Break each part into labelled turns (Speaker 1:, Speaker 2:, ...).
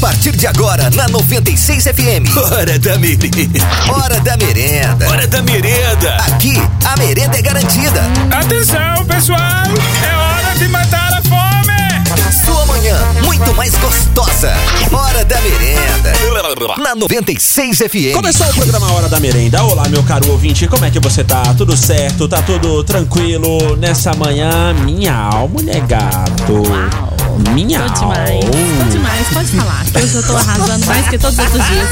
Speaker 1: partir de agora na 96 FM.
Speaker 2: Hora da merenda.
Speaker 1: Hora da merenda.
Speaker 2: Hora da merenda.
Speaker 1: Aqui, a merenda é garantida.
Speaker 3: Atenção, pessoal! É hora de matar a fome!
Speaker 1: A sua manhã, muito mais gostosa. Hora da merenda. Na 96 FM.
Speaker 4: Começou o programa Hora da Merenda. Olá, meu caro ouvinte, como é que você tá? Tudo certo? Tá tudo tranquilo? Nessa manhã, minha alma, né, gato? Minha
Speaker 5: Tô demais, tô demais, pode falar. Que hoje eu tô arrasando mais que todos os outros dias.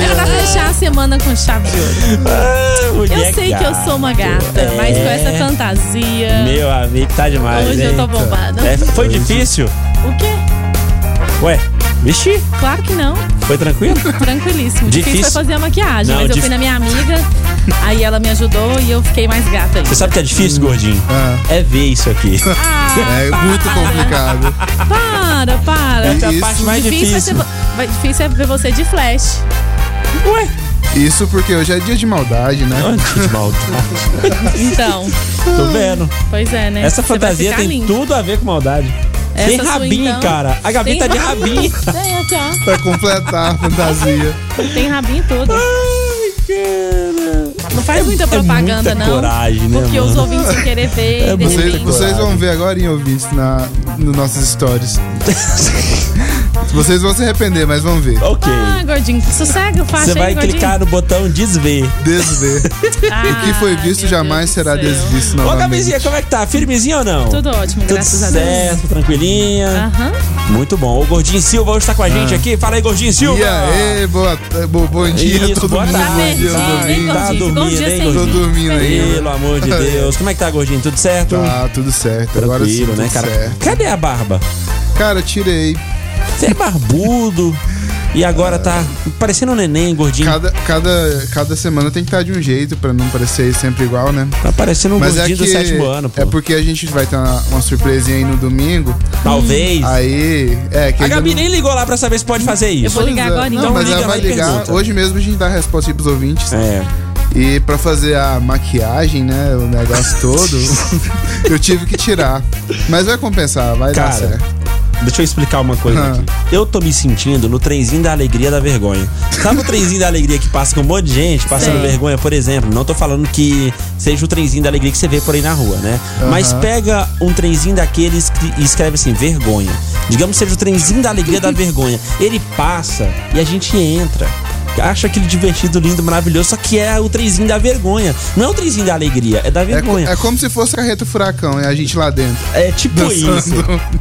Speaker 5: Era pra fechar a semana com chave de ouro.
Speaker 4: Ah, mulher
Speaker 5: Eu sei que eu
Speaker 4: gato.
Speaker 5: sou uma gata, mas com essa
Speaker 4: É.
Speaker 5: fantasia.
Speaker 4: Meu amigo, tá demais.
Speaker 5: Hoje eu tô
Speaker 4: hein?
Speaker 5: bombada.
Speaker 4: É, foi difícil?
Speaker 5: O quê?
Speaker 4: Ué, vixi,
Speaker 5: Claro que não.
Speaker 4: foi tranquilo?
Speaker 5: Tranquilíssimo.
Speaker 4: Difícil.
Speaker 5: Difícil foi fazer a maquiagem,
Speaker 4: Não,
Speaker 5: mas eu
Speaker 4: dif-
Speaker 5: fui na minha amiga, aí ela me ajudou e eu fiquei mais gata ainda.
Speaker 4: Você sabe que é difícil, gordinho?
Speaker 6: Ah,
Speaker 4: É ver isso aqui.
Speaker 5: Ah,
Speaker 6: é muito complicado.
Speaker 5: para, para.
Speaker 4: Essa é a
Speaker 6: isso.
Speaker 4: parte mais
Speaker 5: Difícil, é ser
Speaker 4: difícil.
Speaker 5: vo- vai- difícil é ver você de flash.
Speaker 4: Ué,
Speaker 6: Isso porque hoje é dia de maldade, né?
Speaker 4: onde que maldade?
Speaker 5: Então,
Speaker 4: Tô vendo.
Speaker 5: pois é, né?
Speaker 4: Essa
Speaker 5: Você vai
Speaker 4: fantasia
Speaker 5: ficar
Speaker 4: tem
Speaker 5: lindo.
Speaker 4: tudo a ver com maldade.
Speaker 5: Essa
Speaker 4: tem
Speaker 5: sua,
Speaker 4: rabinho,
Speaker 5: então.
Speaker 4: cara. A Gabi
Speaker 5: Tem
Speaker 4: tá de
Speaker 5: rabinho.
Speaker 4: rabinho.
Speaker 5: Tem aqui, ó.
Speaker 6: Pra completar a fantasia.
Speaker 5: Tem rabinho todo.
Speaker 4: Ai, cara. É
Speaker 5: Não faz muita propaganda,
Speaker 4: muita
Speaker 5: não.
Speaker 4: coragem, né,
Speaker 5: porque
Speaker 4: mano?
Speaker 5: os ouvintes vão querer ver.
Speaker 4: É
Speaker 5: de
Speaker 4: muito
Speaker 6: Vocês,
Speaker 5: repente.
Speaker 6: vocês vão ver agora em ouvintes na, nos nossos stories. Vocês vão se arrepender, mas vão ver.
Speaker 4: Ok.
Speaker 5: Ah, gordinho, sossega, faixa
Speaker 4: Você vai
Speaker 5: aí, gordinho.
Speaker 4: clicar no botão desver.
Speaker 6: Desver.
Speaker 5: Ah,
Speaker 6: O que foi visto
Speaker 5: meu Deus
Speaker 6: jamais
Speaker 5: do
Speaker 6: será
Speaker 5: céu.
Speaker 6: desvisto
Speaker 4: Ô,
Speaker 6: novamente.
Speaker 4: Gabizinha, como é que tá? Firmezinha ou não?
Speaker 5: Tudo ótimo,
Speaker 4: Tudo
Speaker 5: graças a
Speaker 4: certo,
Speaker 5: Deus.
Speaker 4: tranquilinha.
Speaker 5: Aham.
Speaker 4: Muito bom. O Gordinho Silva hoje tá com a gente aqui. Fala aí, Gordinho Silva.
Speaker 6: Ah. E aí, boa, bo, bom dia a
Speaker 4: Isso,
Speaker 6: todo
Speaker 4: boa
Speaker 6: mundo.
Speaker 4: tarde.
Speaker 6: Bom dia,
Speaker 5: Tá
Speaker 6: aos
Speaker 5: perdido, hein,
Speaker 6: ouvintes.
Speaker 4: Tá
Speaker 5: Gordinho? Ficou um
Speaker 4: dormindo,
Speaker 5: dia
Speaker 4: hein,
Speaker 5: sem
Speaker 6: Tô
Speaker 4: Gordinho?
Speaker 6: dormindo aí. né?
Speaker 4: Pelo amor de Deus. Como é que tá, Gordinho? Tudo certo?
Speaker 6: Tá, tudo certo. Agora sim,
Speaker 4: Tranquilo,
Speaker 6: tudo
Speaker 4: né, cara?
Speaker 6: certo.
Speaker 4: Cadê a barba?
Speaker 6: Cara, eu tirei. É.
Speaker 4: Você é barbudo. E agora tá parecendo um neném, gordinho.
Speaker 6: Cada, cada, cada semana tem que estar de um jeito pra não parecer sempre igual, né?
Speaker 4: Tá parecendo um
Speaker 6: Mas é
Speaker 4: gordinho do
Speaker 6: que-
Speaker 4: sétimo ano, pô.
Speaker 6: É porque a gente vai ter uma, uma surpresinha aí no domingo.
Speaker 4: Talvez.
Speaker 6: Aí. É, que
Speaker 4: a
Speaker 6: ainda
Speaker 4: Gabi
Speaker 6: não-
Speaker 4: nem ligou lá pra saber se pode fazer isso.
Speaker 5: vou ligar
Speaker 6: Pois é.
Speaker 5: agora,
Speaker 6: Não,
Speaker 5: então.
Speaker 6: mas
Speaker 4: Liga
Speaker 6: ela vai
Speaker 4: lá e
Speaker 6: ligar.
Speaker 4: pergunta.
Speaker 6: Hoje mesmo a gente dá a resposta aí pros ouvintes.
Speaker 4: É.
Speaker 6: E pra fazer a maquiagem, né? O negócio todo, eu tive que tirar. Mas vai compensar, vai dar
Speaker 4: Cara,
Speaker 6: certo.
Speaker 4: deixa eu explicar uma coisa
Speaker 6: Ah.
Speaker 4: aqui. Eu tô me sentindo no trenzinho da alegria da vergonha. Sabe o trenzinho da alegria que passa com um monte de gente passando
Speaker 5: Sei.
Speaker 4: vergonha, por exemplo? Não tô falando que seja o trenzinho da alegria que você vê por aí na rua, né? Mas pega um trenzinho daqueles que escreve assim, vergonha. Digamos que seja o trenzinho da alegria da vergonha. Ele passa e a gente entra. Acha aquele divertido, lindo, maravilhoso, só que é o trenzinho da vergonha. Não é o trenzinho da alegria, é da
Speaker 6: É, co-
Speaker 4: vergonha.
Speaker 6: é como se fosse carreta furacão, é a gente lá dentro.
Speaker 4: É tipo
Speaker 6: Dançando.
Speaker 4: isso.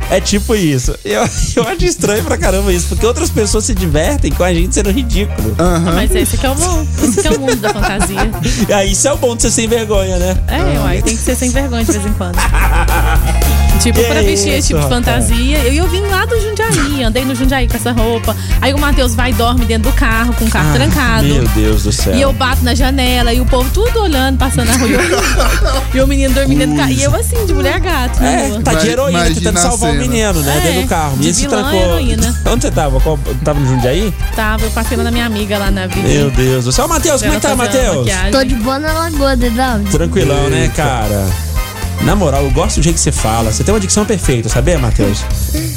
Speaker 4: É tipo isso. Eu, eu acho estranho pra caramba isso, porque outras pessoas se divertem com a gente sendo ridículo.
Speaker 5: Mas esse que é o mundo. Esse que é o mundo da fantasia.
Speaker 4: E aí isso é o bom de ser sem vergonha, né?
Speaker 5: É, uai, tem que ser sem vergonha de vez em quando. Tipo,
Speaker 4: Ah, Que
Speaker 5: pra vestir
Speaker 4: isso,
Speaker 5: esse tipo de
Speaker 4: rapaz.
Speaker 5: fantasia. Eu, eu vim lá do Jundiaí, andei no Jundiaí com essa roupa. Aí o Matheus vai e dorme dentro do carro, com o carro trancado.
Speaker 4: Ah, Meu Deus do céu.
Speaker 5: E eu bato na janela e o povo tudo olhando, passando na rua. E eu- E o menino dormindo dentro do carro. E eu assim, de mulher gato. né,
Speaker 4: É,
Speaker 5: amor?
Speaker 4: tá de
Speaker 6: Vai-
Speaker 4: heroína
Speaker 6: imagina
Speaker 4: tentando
Speaker 6: a
Speaker 4: salvar o
Speaker 6: cena.
Speaker 4: menino, né?
Speaker 5: É,
Speaker 4: Dentro do carro.
Speaker 5: de
Speaker 4: E se
Speaker 5: vilã
Speaker 4: trancou.
Speaker 5: heroína.
Speaker 4: Onde você tava? Qual- Tava no Jundiaí?
Speaker 5: Tava, eu passei lá na minha amiga lá na vida.
Speaker 4: Meu Deus do céu. Ô, Matheus, como é que tá, Matheus?
Speaker 7: Tô de boa na lagoa, Dedão.
Speaker 4: Tranquilão, né, cara? Na moral, eu gosto do jeito que você fala. Você tem uma dicção perfeita, sabia, Matheus?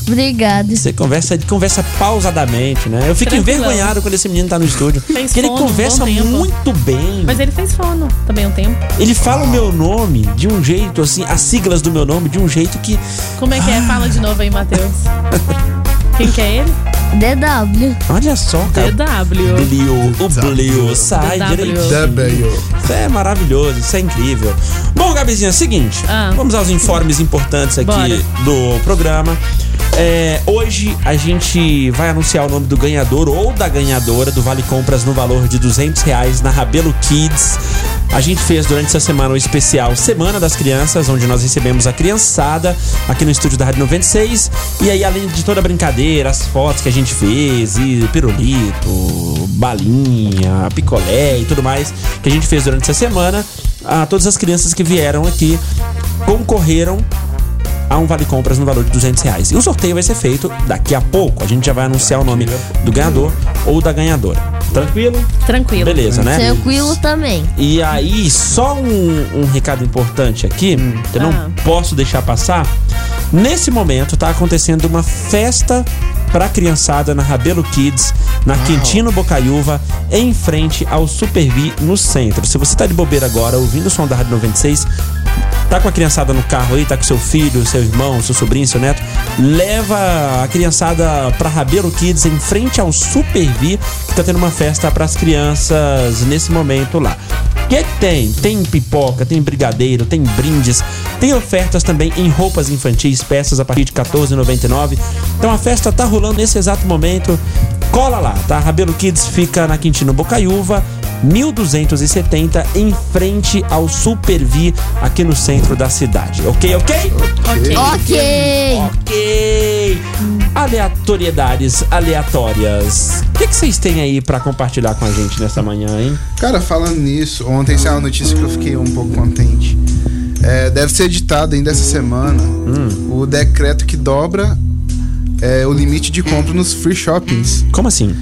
Speaker 7: Obrigado.
Speaker 4: Você conversa, conversa pausadamente, né? Eu fico
Speaker 5: Tranquilão.
Speaker 4: envergonhado quando esse menino tá no estúdio.
Speaker 5: Fez
Speaker 4: Porque ele
Speaker 5: fono um
Speaker 4: conversa
Speaker 5: bom tempo.
Speaker 4: muito bem.
Speaker 5: Mas ele fez fono também um tempo.
Speaker 4: Ele fala o meu nome de um jeito, assim, as siglas do meu nome de um jeito que.
Speaker 5: Como é que é? Fala de novo aí, Matheus. Quem que é ele?
Speaker 7: DW.
Speaker 4: Olha só, cara.
Speaker 5: DW.
Speaker 4: Blio, o Blio, sai
Speaker 5: W.
Speaker 4: direitinho.
Speaker 6: W.
Speaker 4: Isso é maravilhoso, isso é incrível. Bom, Gabizinha, é o seguinte,
Speaker 5: Ah.
Speaker 4: vamos aos informes importantes aqui
Speaker 5: Bora.
Speaker 4: do programa. É, hoje a gente vai anunciar o nome do ganhador ou da ganhadora do Vale Compras no valor de 200 reais na Rabelo Kids. A gente fez durante essa semana um especial Semana das Crianças, onde nós recebemos a criançada aqui no estúdio da Rádio 96. E aí, além de toda a brincadeira, as fotos que a gente fez, e pirulito, balinha, picolé e tudo mais que a gente fez durante essa semana, a todas as crianças que vieram aqui concorreram a um vale compras no valor de 200 reais. E o sorteio vai ser feito daqui a pouco. A gente já vai anunciar o nome do ganhador ou da ganhadora. Tranquilo?
Speaker 5: Tranquilo.
Speaker 4: Beleza, né?
Speaker 7: Tranquilo também.
Speaker 4: E aí, só um, um recado importante aqui, que eu não
Speaker 5: Ah.
Speaker 4: posso deixar passar. Nesse momento tá acontecendo uma festa pra criançada na Rabelo Kids, na Quintino Bocaiúva, em frente ao Supervi no centro. Se você tá de bobeira agora, ouvindo o som da Rádio 96, tá com a criançada no carro aí, tá com seu filho, seu irmão, seu sobrinho, seu neto, leva a criançada pra Rabelo Kids, em frente ao Supervi, que tá tendo uma festa pras crianças nesse momento lá. O que, que tem? Tem pipoca, tem brigadeiro, tem brindes, tem ofertas também em roupas infantis, peças a partir de R$14,99. Então a festa tá rolando nesse exato momento. Cola lá, tá? Rabelo Kids fica na Quintino Bocaiúva, 1270, em frente ao Supervi, aqui no centro da cidade. Ok, ok?
Speaker 5: Ok.
Speaker 7: Ok.
Speaker 4: Ok! Aleatoriedades aleatórias. O que que vocês têm aí pra compartilhar com a gente nessa manhã, hein?
Speaker 6: Cara, falando nisso, ontem saiu uma notícia que eu fiquei um pouco contente. É, deve ser editado ainda essa semana
Speaker 4: Hum.
Speaker 6: o decreto que dobra é, o limite de compra nos free shoppings.
Speaker 4: Como assim?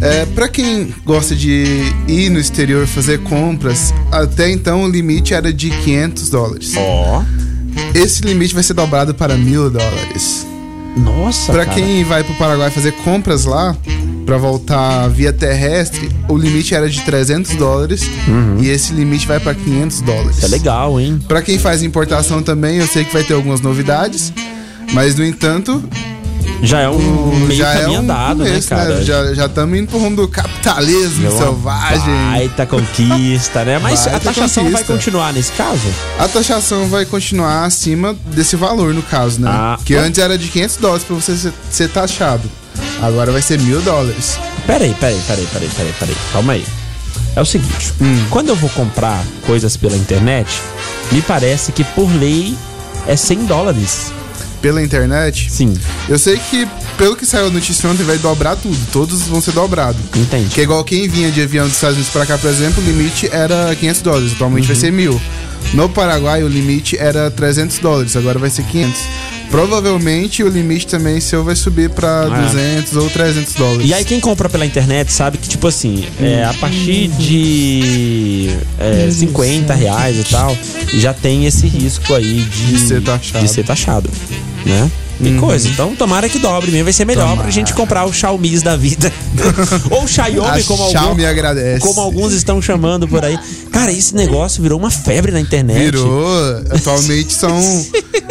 Speaker 6: É, para quem gosta de ir no exterior fazer compras, até então o limite era de 500 dólares.
Speaker 4: Ó.
Speaker 6: Esse limite vai ser dobrado para mil dólares.
Speaker 4: Nossa,
Speaker 6: Pra
Speaker 4: cara.
Speaker 6: quem vai pro Paraguai fazer compras lá, pra voltar via terrestre, o limite era de 300 dólares e esse limite vai pra 500 dólares.
Speaker 4: Uhum. Isso é legal, hein?
Speaker 6: Pra quem faz importação também, eu sei que vai ter algumas novidades, mas no entanto,
Speaker 4: Já é um meio
Speaker 6: já é
Speaker 4: caminho
Speaker 6: um
Speaker 4: andado, né,
Speaker 6: começo,
Speaker 4: cara?
Speaker 6: Já já estamos indo pro rumo do capitalismo
Speaker 4: É uma
Speaker 6: selvagem.
Speaker 4: Baita conquista, né? Mas
Speaker 6: Baita
Speaker 4: a taxação vai
Speaker 6: conquista.
Speaker 4: continuar nesse caso?
Speaker 6: A taxação vai continuar acima desse valor, no caso, né?
Speaker 4: Ah.
Speaker 6: que antes era de 500 dólares pra você ser- ser taxado. Agora vai ser mil dólares.
Speaker 4: Peraí, peraí, peraí, peraí, peraí, peraí. Calma aí. É o seguinte,
Speaker 6: Hum.
Speaker 4: quando eu vou comprar coisas pela internet, me parece que por lei é 100 dólares.
Speaker 6: Pela internet,
Speaker 4: Sim,
Speaker 6: Eu sei que, pelo que saiu a notícia ontem, vai dobrar tudo. Todos vão ser dobrados.
Speaker 4: entende?
Speaker 6: Que é igual quem vinha de avião dos Estados Unidos pra cá, por exemplo, o limite era 500 dólares. Atualmente
Speaker 4: Uhum.
Speaker 6: vai ser mil. No Paraguai, o limite era 300 dólares. Agora vai ser 500. Provavelmente o limite também seu vai subir pra
Speaker 4: Ah, é.
Speaker 6: 200 ou 300 dólares. Hum.
Speaker 4: E aí quem compra pela internet sabe que, tipo assim, é, a partir de é, 50 reais e tal, já tem esse risco aí de,
Speaker 6: De ser taxado.
Speaker 4: de ser taxado, né? Que
Speaker 6: Uhum.
Speaker 4: coisa. Então tomara que dobre mesmo. Vai ser melhor pra gente comprar o Xiaomi da vida. Ou Xiaomi,
Speaker 6: a
Speaker 4: como algum-
Speaker 6: Xiaomi agradece.
Speaker 4: como alguns estão chamando por aí. Cara, esse negócio virou uma febre na internet.
Speaker 6: Virou. Atualmente são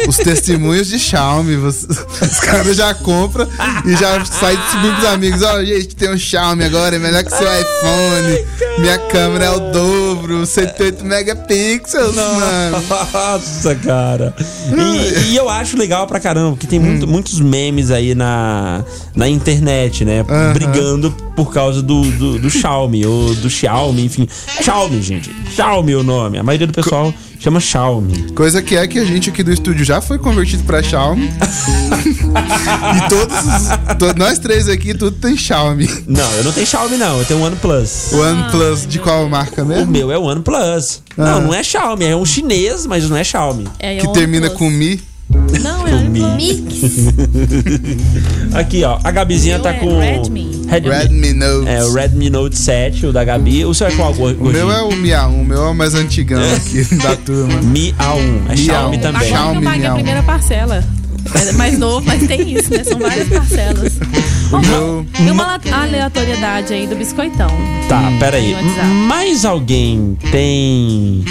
Speaker 6: os testemunhos de Xiaomi. Os, os caras já compram e já saem distribuindo pros amigos. Ó, gente, tem um Xiaomi agora, é melhor que seu iPhone. Minha câmera é o dobro, 108 megapixels, mano.
Speaker 4: Nossa, cara. E, e eu acho legal pra caramba, porque tem
Speaker 6: Hum.
Speaker 4: muito- muitos memes aí na, na internet, né? Brigando por causa do, do, do Xiaomi, ou do Xiaomi, enfim. Xiaomi, gente. Xiaomi é o nome. A maioria do pessoal um, chama Xiaomi.
Speaker 6: Coisa que é que a gente aqui do estúdio já foi convertido pra Xiaomi. e todos os- to- nós três aqui, tudo tem Xiaomi.
Speaker 4: Não, eu não tenho Xiaomi, não. Eu tenho o OnePlus.
Speaker 6: OnePlus de qual marca
Speaker 4: O
Speaker 6: mesmo? Ah.
Speaker 4: meu é o OnePlus. Não, não é Xiaomi. É um chinês, mas não é Xiaomi.
Speaker 5: É,
Speaker 6: Que
Speaker 5: é
Speaker 6: termina
Speaker 5: um
Speaker 6: com Mi.
Speaker 5: plus. Não, é um plus.
Speaker 7: Mix.
Speaker 4: Aqui, ó. A Gabizinha
Speaker 5: O
Speaker 4: tá
Speaker 5: meu é
Speaker 4: com...
Speaker 5: Redmi.
Speaker 6: Redmi Note.
Speaker 4: É, o Redmi Note 7, o da Gabi. O seu é qual, Gor-
Speaker 6: O meu é
Speaker 4: Gordinho?
Speaker 6: o Mi A1, o meu é o mais antigão aqui da turma.
Speaker 4: Mi A1. É
Speaker 6: Mi
Speaker 4: Xiaomi
Speaker 6: A1.
Speaker 4: também.
Speaker 5: Agora que eu
Speaker 6: Xiaomi,
Speaker 5: paguei a
Speaker 6: Xiaomi.
Speaker 5: primeira parcela. É mais novo, mas tem isso, né? São várias parcelas.
Speaker 6: meu-
Speaker 5: E uma aleatoriedade aí do biscoitão.
Speaker 4: Tá,
Speaker 5: Tem
Speaker 4: peraí.
Speaker 5: WhatsApp.
Speaker 4: Mais alguém tem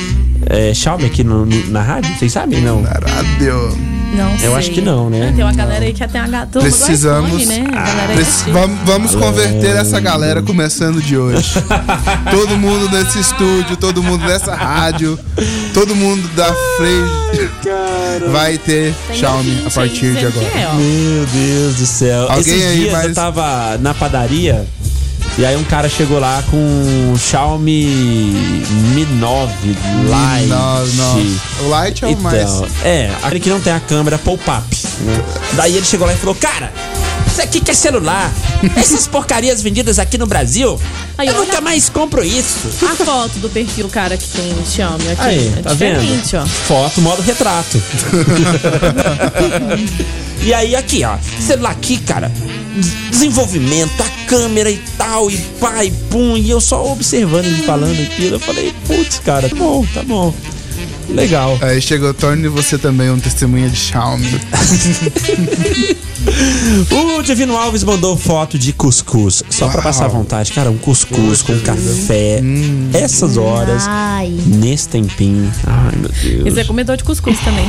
Speaker 4: é, Xiaomi aqui no- no- na rádio? Vocês sabem? Não.
Speaker 6: Caralho.
Speaker 5: Não sei. Ah,
Speaker 4: Eu acho que não, né?
Speaker 5: Tem uma galera aí que até a ga- turma do
Speaker 6: Precisamos. Ah,
Speaker 5: iPhone, né? A galera aí
Speaker 6: Preci-
Speaker 5: que-
Speaker 6: vam- Vamos converter essa galera começando de hoje. todo mundo nesse estúdio, todo mundo nessa rádio, todo mundo da frente vai ter
Speaker 5: Tem
Speaker 6: Xiaomi
Speaker 5: ouvinte
Speaker 6: a
Speaker 5: aí
Speaker 6: partir de
Speaker 5: dizendo que
Speaker 6: agora.
Speaker 5: é, ó.
Speaker 4: Meu Deus do céu.
Speaker 6: Alguém
Speaker 4: Esses
Speaker 6: aí
Speaker 4: dias eu
Speaker 6: mais-
Speaker 4: tava na padaria e aí um cara chegou lá com um Xiaomi Mi 9 Lite.
Speaker 6: Não, não. O Light é o mais.
Speaker 4: Então, é, aquele que não tem a câmera pop-up. né? Daí ele chegou lá e falou: Cara, isso aqui que é celular. Essas porcarias vendidas aqui no Brasil,
Speaker 5: Aí,
Speaker 4: eu
Speaker 5: olha-
Speaker 4: nunca mais compro isso.
Speaker 5: A foto do perfil, cara, que tem o Xiaomi aqui.
Speaker 4: Aí,
Speaker 5: é
Speaker 4: tá
Speaker 5: diferente,
Speaker 4: vendo?
Speaker 5: ó.
Speaker 4: Foto, modo retrato. e aí, aqui, ó. Celular aqui, cara. des- Desenvolvimento, a câmera e tal, e pá, e pum. E eu só observando ele falando aquilo. Eu falei, putz, cara, tá bom, tá bom. Legal.
Speaker 6: Aí chegou, torne você também um testemunha de Xiaomi.
Speaker 4: O Divino Alves mandou foto de cuscuz. Só pra passar à vontade, cara, um cuscuz com café. Essas horas,
Speaker 7: Ai.
Speaker 4: nesse tempinho. Ai, meu
Speaker 5: Isso é
Speaker 4: Deus.
Speaker 5: comedor de cuscuz também.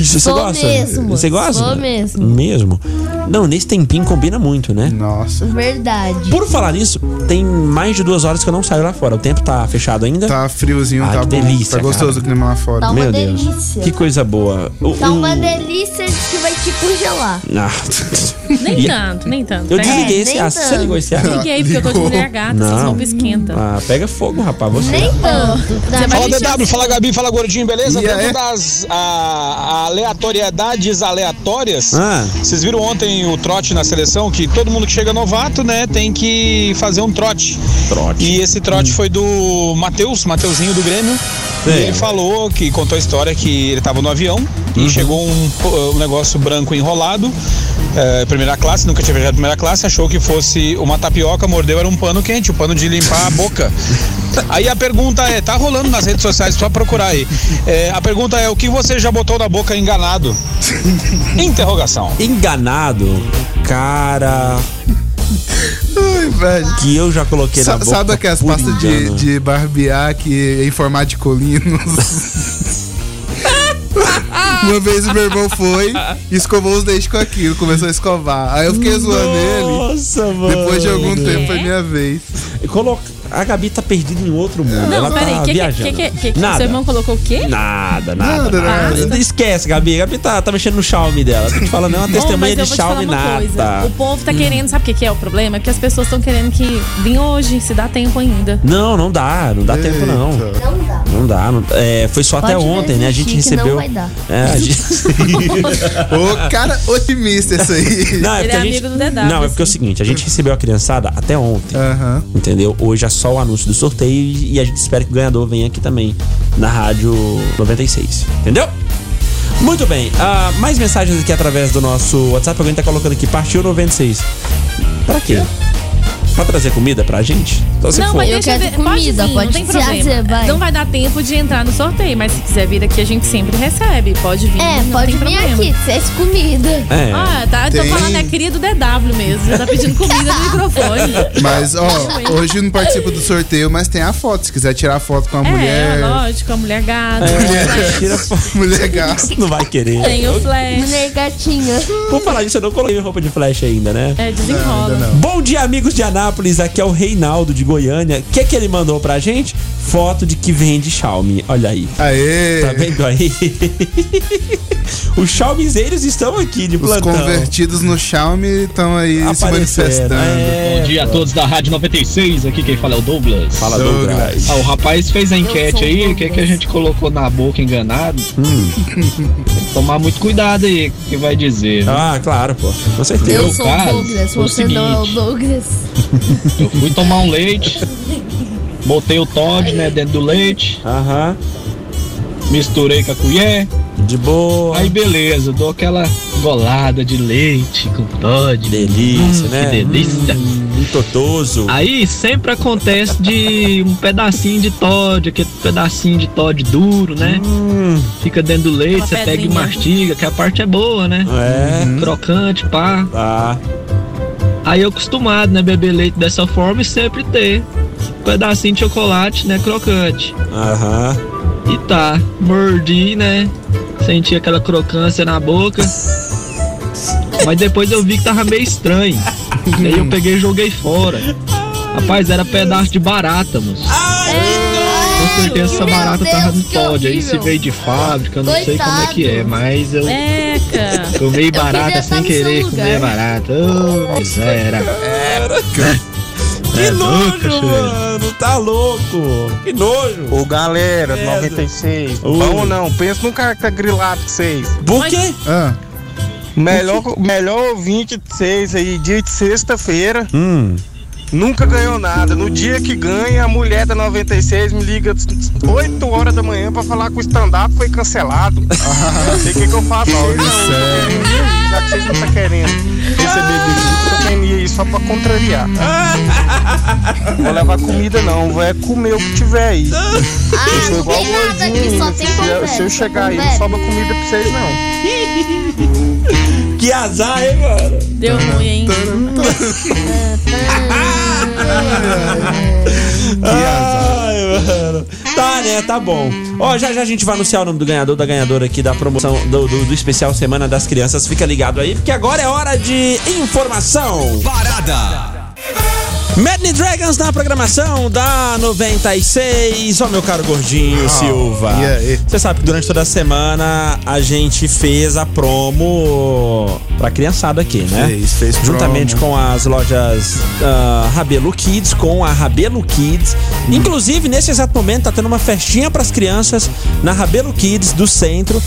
Speaker 4: Isso, você
Speaker 7: Sou
Speaker 4: gosta?
Speaker 7: mesmo,
Speaker 4: Você gosta?
Speaker 7: sou mesmo.
Speaker 4: Mesmo? Não, nesse tempinho combina muito, né?
Speaker 6: Nossa.
Speaker 7: Verdade.
Speaker 4: Por falar nisso, tem mais de duas horas que eu não saio lá fora. O tempo tá fechado ainda?
Speaker 6: Tá friozinho,
Speaker 4: Ah,
Speaker 6: tá bom.
Speaker 4: que delícia,
Speaker 6: tá gostoso o clima lá fora.
Speaker 7: Tá uma
Speaker 4: Meu Deus.
Speaker 7: delícia.
Speaker 4: Que coisa boa. O-
Speaker 7: Tá uma
Speaker 4: o-
Speaker 7: delícia que vai te congelar.
Speaker 4: Ah,
Speaker 5: Nem
Speaker 4: E-
Speaker 5: tanto, nem tanto.
Speaker 4: Eu
Speaker 5: É,
Speaker 4: desliguei esse
Speaker 7: nem
Speaker 4: aço. Você
Speaker 7: tanto.
Speaker 4: ligou esse aço?
Speaker 5: Liguei, porque eu tô de
Speaker 6: Ligou.
Speaker 5: mulher gata, essas
Speaker 4: Não.
Speaker 5: roupas esquentam.
Speaker 4: Ah, pega fogo, rapaz. Você.
Speaker 7: Nem tanto. Dá é
Speaker 5: vai
Speaker 8: é Fala
Speaker 7: licença.
Speaker 8: DW, fala Gabi, fala Gordinho, beleza?
Speaker 6: E é? aí?
Speaker 4: é?
Speaker 8: Dentro das a- aleatoriedades aleatórias,
Speaker 4: Ah.
Speaker 8: vocês viram ontem o trote na seleção que todo mundo que chega novato, né, tem que fazer um trote.
Speaker 4: Trote. Hum.
Speaker 8: E esse trote foi do Matheus, Mateuzinho do Grêmio.
Speaker 4: Sim.
Speaker 8: E ele falou que contou a história que ele estava no avião
Speaker 9: Uhum.
Speaker 8: e chegou um, po- um negócio branco enrolado. eh, primeira classe, nunca tinha viajado primeira classe, achou que fosse uma tapioca, mordeu, era um pano quente, o pano de limpar a boca. Aí a pergunta é, tá rolando nas redes sociais, só procurar aí. Eh, a pergunta é, o que você já botou na boca enganado? Interrogação.
Speaker 4: Enganado, cara,
Speaker 6: Ai, velho.
Speaker 4: que eu já coloquei na
Speaker 6: Sa-
Speaker 4: é boca.
Speaker 6: Sabe aquelas
Speaker 4: por
Speaker 6: pastas de,
Speaker 4: engano.
Speaker 6: de barbear que é em formato de colinos? Uma vez o meu irmão foi e escovou os dentes com aquilo, começou a escovar. Aí eu fiquei zoando ele.
Speaker 4: Nossa, mano.
Speaker 6: Depois de algum tempo foi
Speaker 5: É?
Speaker 6: minha vez.
Speaker 4: Coloca... A Gabi tá perdida em outro mundo. Ela
Speaker 5: Não, peraí,
Speaker 4: tá
Speaker 5: o que, que,
Speaker 4: viajando.
Speaker 5: que, que, que, que
Speaker 4: nada.
Speaker 5: seu irmão colocou o quê?
Speaker 4: Nada, nada.
Speaker 6: Nada,
Speaker 4: nada.
Speaker 5: nada.
Speaker 4: Esquece, Gabi. Gabi tá, tá mexendo no Xiaomi dela. Tô te falando, é uma
Speaker 5: Bom, mas
Speaker 4: testemunha
Speaker 5: eu
Speaker 4: de
Speaker 5: vou te falar
Speaker 4: Xiaomi
Speaker 5: uma coisa.
Speaker 4: nada. Hum.
Speaker 5: O povo tá querendo, sabe o que, que é o problema? É que as pessoas estão querendo que vim hoje, se dá tempo ainda.
Speaker 4: Não, não dá. Não dá tempo, não.
Speaker 6: Eita.
Speaker 7: Não dá.
Speaker 4: Não dá. não- é, foi só até
Speaker 7: Pode
Speaker 4: ontem, né? A gente
Speaker 7: desistir que não
Speaker 4: recebeu.
Speaker 7: vai dar.
Speaker 4: É, a gente-
Speaker 6: Ô, cara otimista esse aí.
Speaker 4: Não, é
Speaker 5: Ele é
Speaker 4: porque é a gente.
Speaker 5: amigo do DW,
Speaker 4: Não, é porque é o
Speaker 5: assim.
Speaker 4: seguinte: a gente recebeu a criançada até ontem.
Speaker 6: Aham.
Speaker 4: Entendeu? Hoje é só o anúncio do sorteio e e a gente espera que o ganhador venha aqui também na Rádio 96. Entendeu? Muito bem, ah, mais mensagens aqui através do nosso WhatsApp. Alguém tá colocando aqui, partiu 96. Pra quê? Pra trazer comida pra gente? Então, se
Speaker 5: não,
Speaker 4: for.
Speaker 5: mas
Speaker 7: Eu
Speaker 5: deixa
Speaker 7: quero
Speaker 5: ver. Pode
Speaker 7: comida,
Speaker 5: vir,
Speaker 7: pode
Speaker 5: não tem
Speaker 7: se
Speaker 5: problema.
Speaker 7: fazer, vai.
Speaker 5: Não vai dar tempo de entrar no sorteio, mas se quiser vir aqui, a gente sempre recebe. Pode vir,
Speaker 7: É,
Speaker 5: não
Speaker 7: pode
Speaker 5: tem
Speaker 7: vir
Speaker 5: problema.
Speaker 7: aqui, fez comida.
Speaker 4: É.
Speaker 5: Ah, tá, eu tô
Speaker 6: Tem.
Speaker 5: falando, é cria do DW mesmo. Já tá pedindo comida no microfone.
Speaker 6: Mas,
Speaker 5: Tá
Speaker 6: ó, hoje não participa do sorteio, mas tem a foto. Se quiser tirar a foto com a
Speaker 5: É,
Speaker 6: mulher.
Speaker 5: lógico, a mulher gata.
Speaker 4: É. Tira fo-
Speaker 6: Mulher gata.
Speaker 4: Não vai querer.
Speaker 5: Tem o flash.
Speaker 7: Mulher gatinha.
Speaker 4: Por falar isso, eu não coloquei minha roupa de flash ainda, né?
Speaker 5: É,
Speaker 6: Não,
Speaker 5: desenrola.
Speaker 6: ainda não.
Speaker 4: Bom dia, amigos de Anápolis. Aqui é o Reinaldo de Goiânia. O que, que ele mandou pra gente? Foto de que vende Xiaomi. Olha aí.
Speaker 6: Aê!
Speaker 4: Tá vendo aí? Os Xiaomizeiros estão aqui de
Speaker 6: Os
Speaker 4: plantão.
Speaker 6: convertidos no Xiaomi estão aí se
Speaker 4: Apareceram.
Speaker 6: manifestando.
Speaker 4: É.
Speaker 10: Bom dia a todos da Rádio 96, aqui quem fala é o Douglas.
Speaker 4: Fala, Douglas.
Speaker 10: Ah, o rapaz fez a enquete
Speaker 7: sou o
Speaker 10: aí, o
Speaker 7: Douglas.
Speaker 10: que, é que a gente colocou na boca enganado?
Speaker 4: Hum.
Speaker 10: Tem que tomar muito cuidado aí, o que vai dizer. né?
Speaker 4: Ah, claro, pô. Com certeza.
Speaker 7: Eu
Speaker 10: Meu
Speaker 7: sou o
Speaker 10: caso,
Speaker 7: Douglas,
Speaker 10: foi o
Speaker 7: você não é o
Speaker 10: seguinte.
Speaker 7: Douglas.
Speaker 10: Eu fui tomar um leite, botei o Todd né, dentro do leite,
Speaker 4: Aham.
Speaker 10: misturei com a colher,
Speaker 4: De boa.
Speaker 10: aí beleza, dou aquela golada de leite com Todd.
Speaker 4: delícia,
Speaker 10: Hum,
Speaker 4: né?
Speaker 10: Que delícia.
Speaker 4: Hum, muito totoso.
Speaker 10: Aí sempre acontece de um pedacinho de Todd, aquele pedacinho de Todd duro, né?
Speaker 4: Hum,
Speaker 10: Fica dentro do leite,
Speaker 5: Uma
Speaker 10: você pega e
Speaker 5: pedrinha.
Speaker 10: mastiga, que a parte é boa, né?
Speaker 4: é.
Speaker 10: Crocante, pá.
Speaker 4: Tá.
Speaker 10: Aí eu acostumado, né, beber leite dessa forma e sempre ter um pedacinho de chocolate, né, crocante.
Speaker 4: Aham.
Speaker 10: E tá, mordi, né, senti aquela crocância na boca. Mas depois eu vi que tava meio estranho. E aí eu peguei e joguei fora. Rapaz, era pedaço de barata, moço. Com certeza essa
Speaker 7: Meu
Speaker 10: barata
Speaker 7: Deus,
Speaker 10: tava no
Speaker 7: que
Speaker 10: Todd. Aí
Speaker 7: horrível.
Speaker 10: se veio de fábrica, eu não sei como é que é,
Speaker 7: Coitado.
Speaker 10: mas eu
Speaker 5: Eca.
Speaker 10: comi
Speaker 7: queria
Speaker 10: barata
Speaker 7: estar
Speaker 10: sem
Speaker 7: no
Speaker 10: querer
Speaker 7: seu
Speaker 10: comer
Speaker 7: lugar.
Speaker 10: barata. Ô, miséria.
Speaker 1: É.
Speaker 4: Que
Speaker 10: É louco,
Speaker 4: nojo,
Speaker 10: cheiro.
Speaker 4: mano. Tá louco. Que nojo.
Speaker 11: Ô galera,
Speaker 4: É,
Speaker 11: 96,
Speaker 4: Oi.
Speaker 11: bom ou não? Pensa num cara que tá grilado com vocês.
Speaker 4: Por quê?
Speaker 6: Ah,
Speaker 11: Melhor, melhor ouvinte de vocês aí, dia de sexta-feira.
Speaker 4: Hum.
Speaker 11: Nunca ganhou nada. No dia que ganha, a mulher da 96 me liga às 8 horas da manhã pra falar que o stand-up foi cancelado. Não sei o que, que eu faço. Não, já que vocês não estão querendo receber visita, eu tenho aí só pra contrariar. Vou levar comida não, vai comer o que tiver aí. Eu sou
Speaker 7: Ah, não
Speaker 11: igual
Speaker 7: tem nada aqui,
Speaker 11: gordinho,
Speaker 7: só
Speaker 11: se
Speaker 7: tem
Speaker 11: eu-
Speaker 7: conversa,
Speaker 11: Se eu chegar aí, não
Speaker 7: conversa.
Speaker 11: sobra comida pra vocês não.
Speaker 4: Que azar, hein, mano?
Speaker 5: Deu ruim, hein?
Speaker 4: Ai, mano. Tá, né? Tá bom. Ó, já já a gente vai anunciar o nome do ganhador, da ganhadora aqui da promoção do, do, do especial Semana das Crianças. Fica ligado aí, porque agora é hora de informação.
Speaker 2: Parada.
Speaker 4: Madden Dragons na programação da 96. Ó, meu caro gordinho Silva.
Speaker 6: Ah, e aí?
Speaker 4: Você sabe que durante toda a semana a gente fez a promo pra criançada aqui, né?
Speaker 6: Fez, fez promo.
Speaker 4: Juntamente com as lojas ah, Rabelo Kids, com a Rabelo Kids.
Speaker 6: Uhum.
Speaker 4: Inclusive, nesse exato momento, tá tendo uma festinha pras crianças na Rabelo Kids do centro.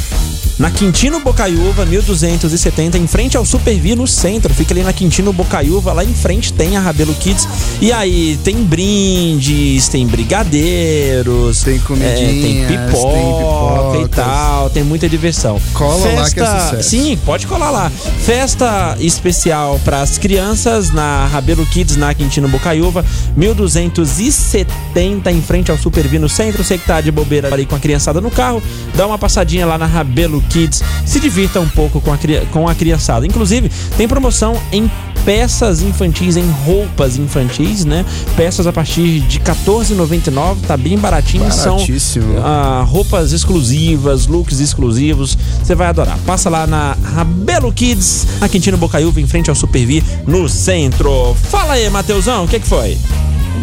Speaker 4: Na Quintino Bocaiúva, 1270, em frente ao Supervi no centro. Fica ali na Quintino Bocaiúva, lá em frente tem a Rabelo Kids. E aí tem brindes, tem brigadeiros,
Speaker 6: Tem comidinhas,
Speaker 4: É, tem
Speaker 6: tem
Speaker 4: pipoca e
Speaker 6: pipocas.
Speaker 4: tal, tem muita diversão.
Speaker 6: Cola lá que é sucesso.
Speaker 4: Sim, pode colar lá. Festa especial para as crianças na Rabelo Kids, na Quintino Bocaiúva, 1270, em frente ao Supervi no centro. Você que tá de bobeira ali com a criançada no carro, dá uma passadinha lá na Rabelo Kids, se divirta um pouco com a, cri- com a criançada. Inclusive, tem promoção em peças infantis, em roupas infantis, né? Peças a partir de R$14,99, tá bem baratinho.
Speaker 6: Baratíssimo.
Speaker 4: São ah, roupas exclusivas, looks exclusivos. Você vai adorar. Passa lá na Rabelo Kids, na Quintino Bocaiúva, em frente ao Supervi, no centro. Fala aí, Mateusão, o que, que foi?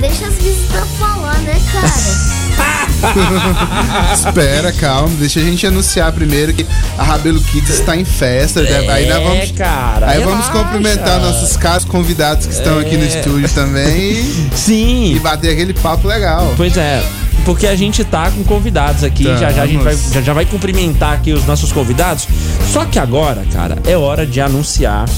Speaker 7: Deixa as visitas falar, né, cara?
Speaker 6: Espera, calma, deixa a gente anunciar primeiro que a Rabelo Kids está em festa. né? aí nós vamos,
Speaker 4: É, cara.
Speaker 6: aí vamos
Speaker 4: relaxa. É.
Speaker 6: cumprimentar nossos caros convidados que estão aqui no estúdio também e,
Speaker 4: Sim.
Speaker 6: e bater aquele papo legal.
Speaker 4: Pois é, porque a gente tá com convidados aqui, já já a gente vai,
Speaker 6: Estamos.
Speaker 4: já, já vai cumprimentar aqui os nossos convidados. Só que agora, cara, é hora de anunciar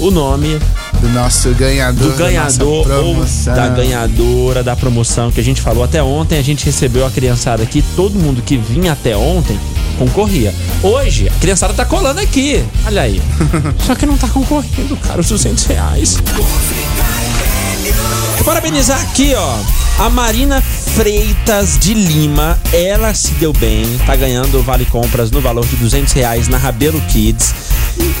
Speaker 4: o nome
Speaker 6: Do nosso ganhador.
Speaker 4: do ganhador
Speaker 6: da nossa
Speaker 4: ou
Speaker 6: promoção.
Speaker 4: da ganhadora da promoção que a gente falou até ontem. A gente recebeu a criançada aqui, todo mundo que vinha até ontem concorria. Hoje, a criançada tá colando aqui. Olha aí. Só que não tá concorrendo, cara, os 200 reais. Parabenizar aqui, ó. A Marina Freitas de Lima, ela se deu bem, tá ganhando vale compras no valor de 200 reais na Rabelo Kids.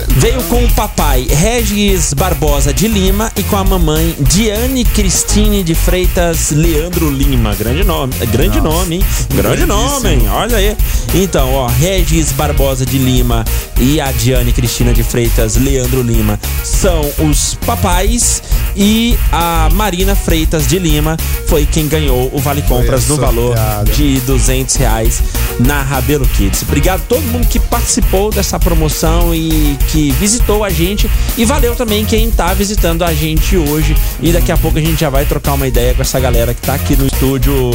Speaker 4: Veio com o papai Regis Barbosa de Lima e com a mamãe Diane Cristine de Freitas Leandro Lima. Grande nome, é grande nome, hein? Grande nome, hein? Olha aí. Então, ó, Regis Barbosa de Lima e a Diane Cristina de Freitas Leandro Lima são os papais e a Marina Freitas de Lima foi quem ganhou o Vale Compras no valor
Speaker 6: sorteada.
Speaker 4: de 200 reais na Rabelo Kids. Obrigado a todo mundo que participou dessa promoção e que visitou a gente. E valeu também quem tá visitando a gente hoje. E daqui a pouco a gente já vai trocar uma ideia com essa galera que tá aqui no estúdio.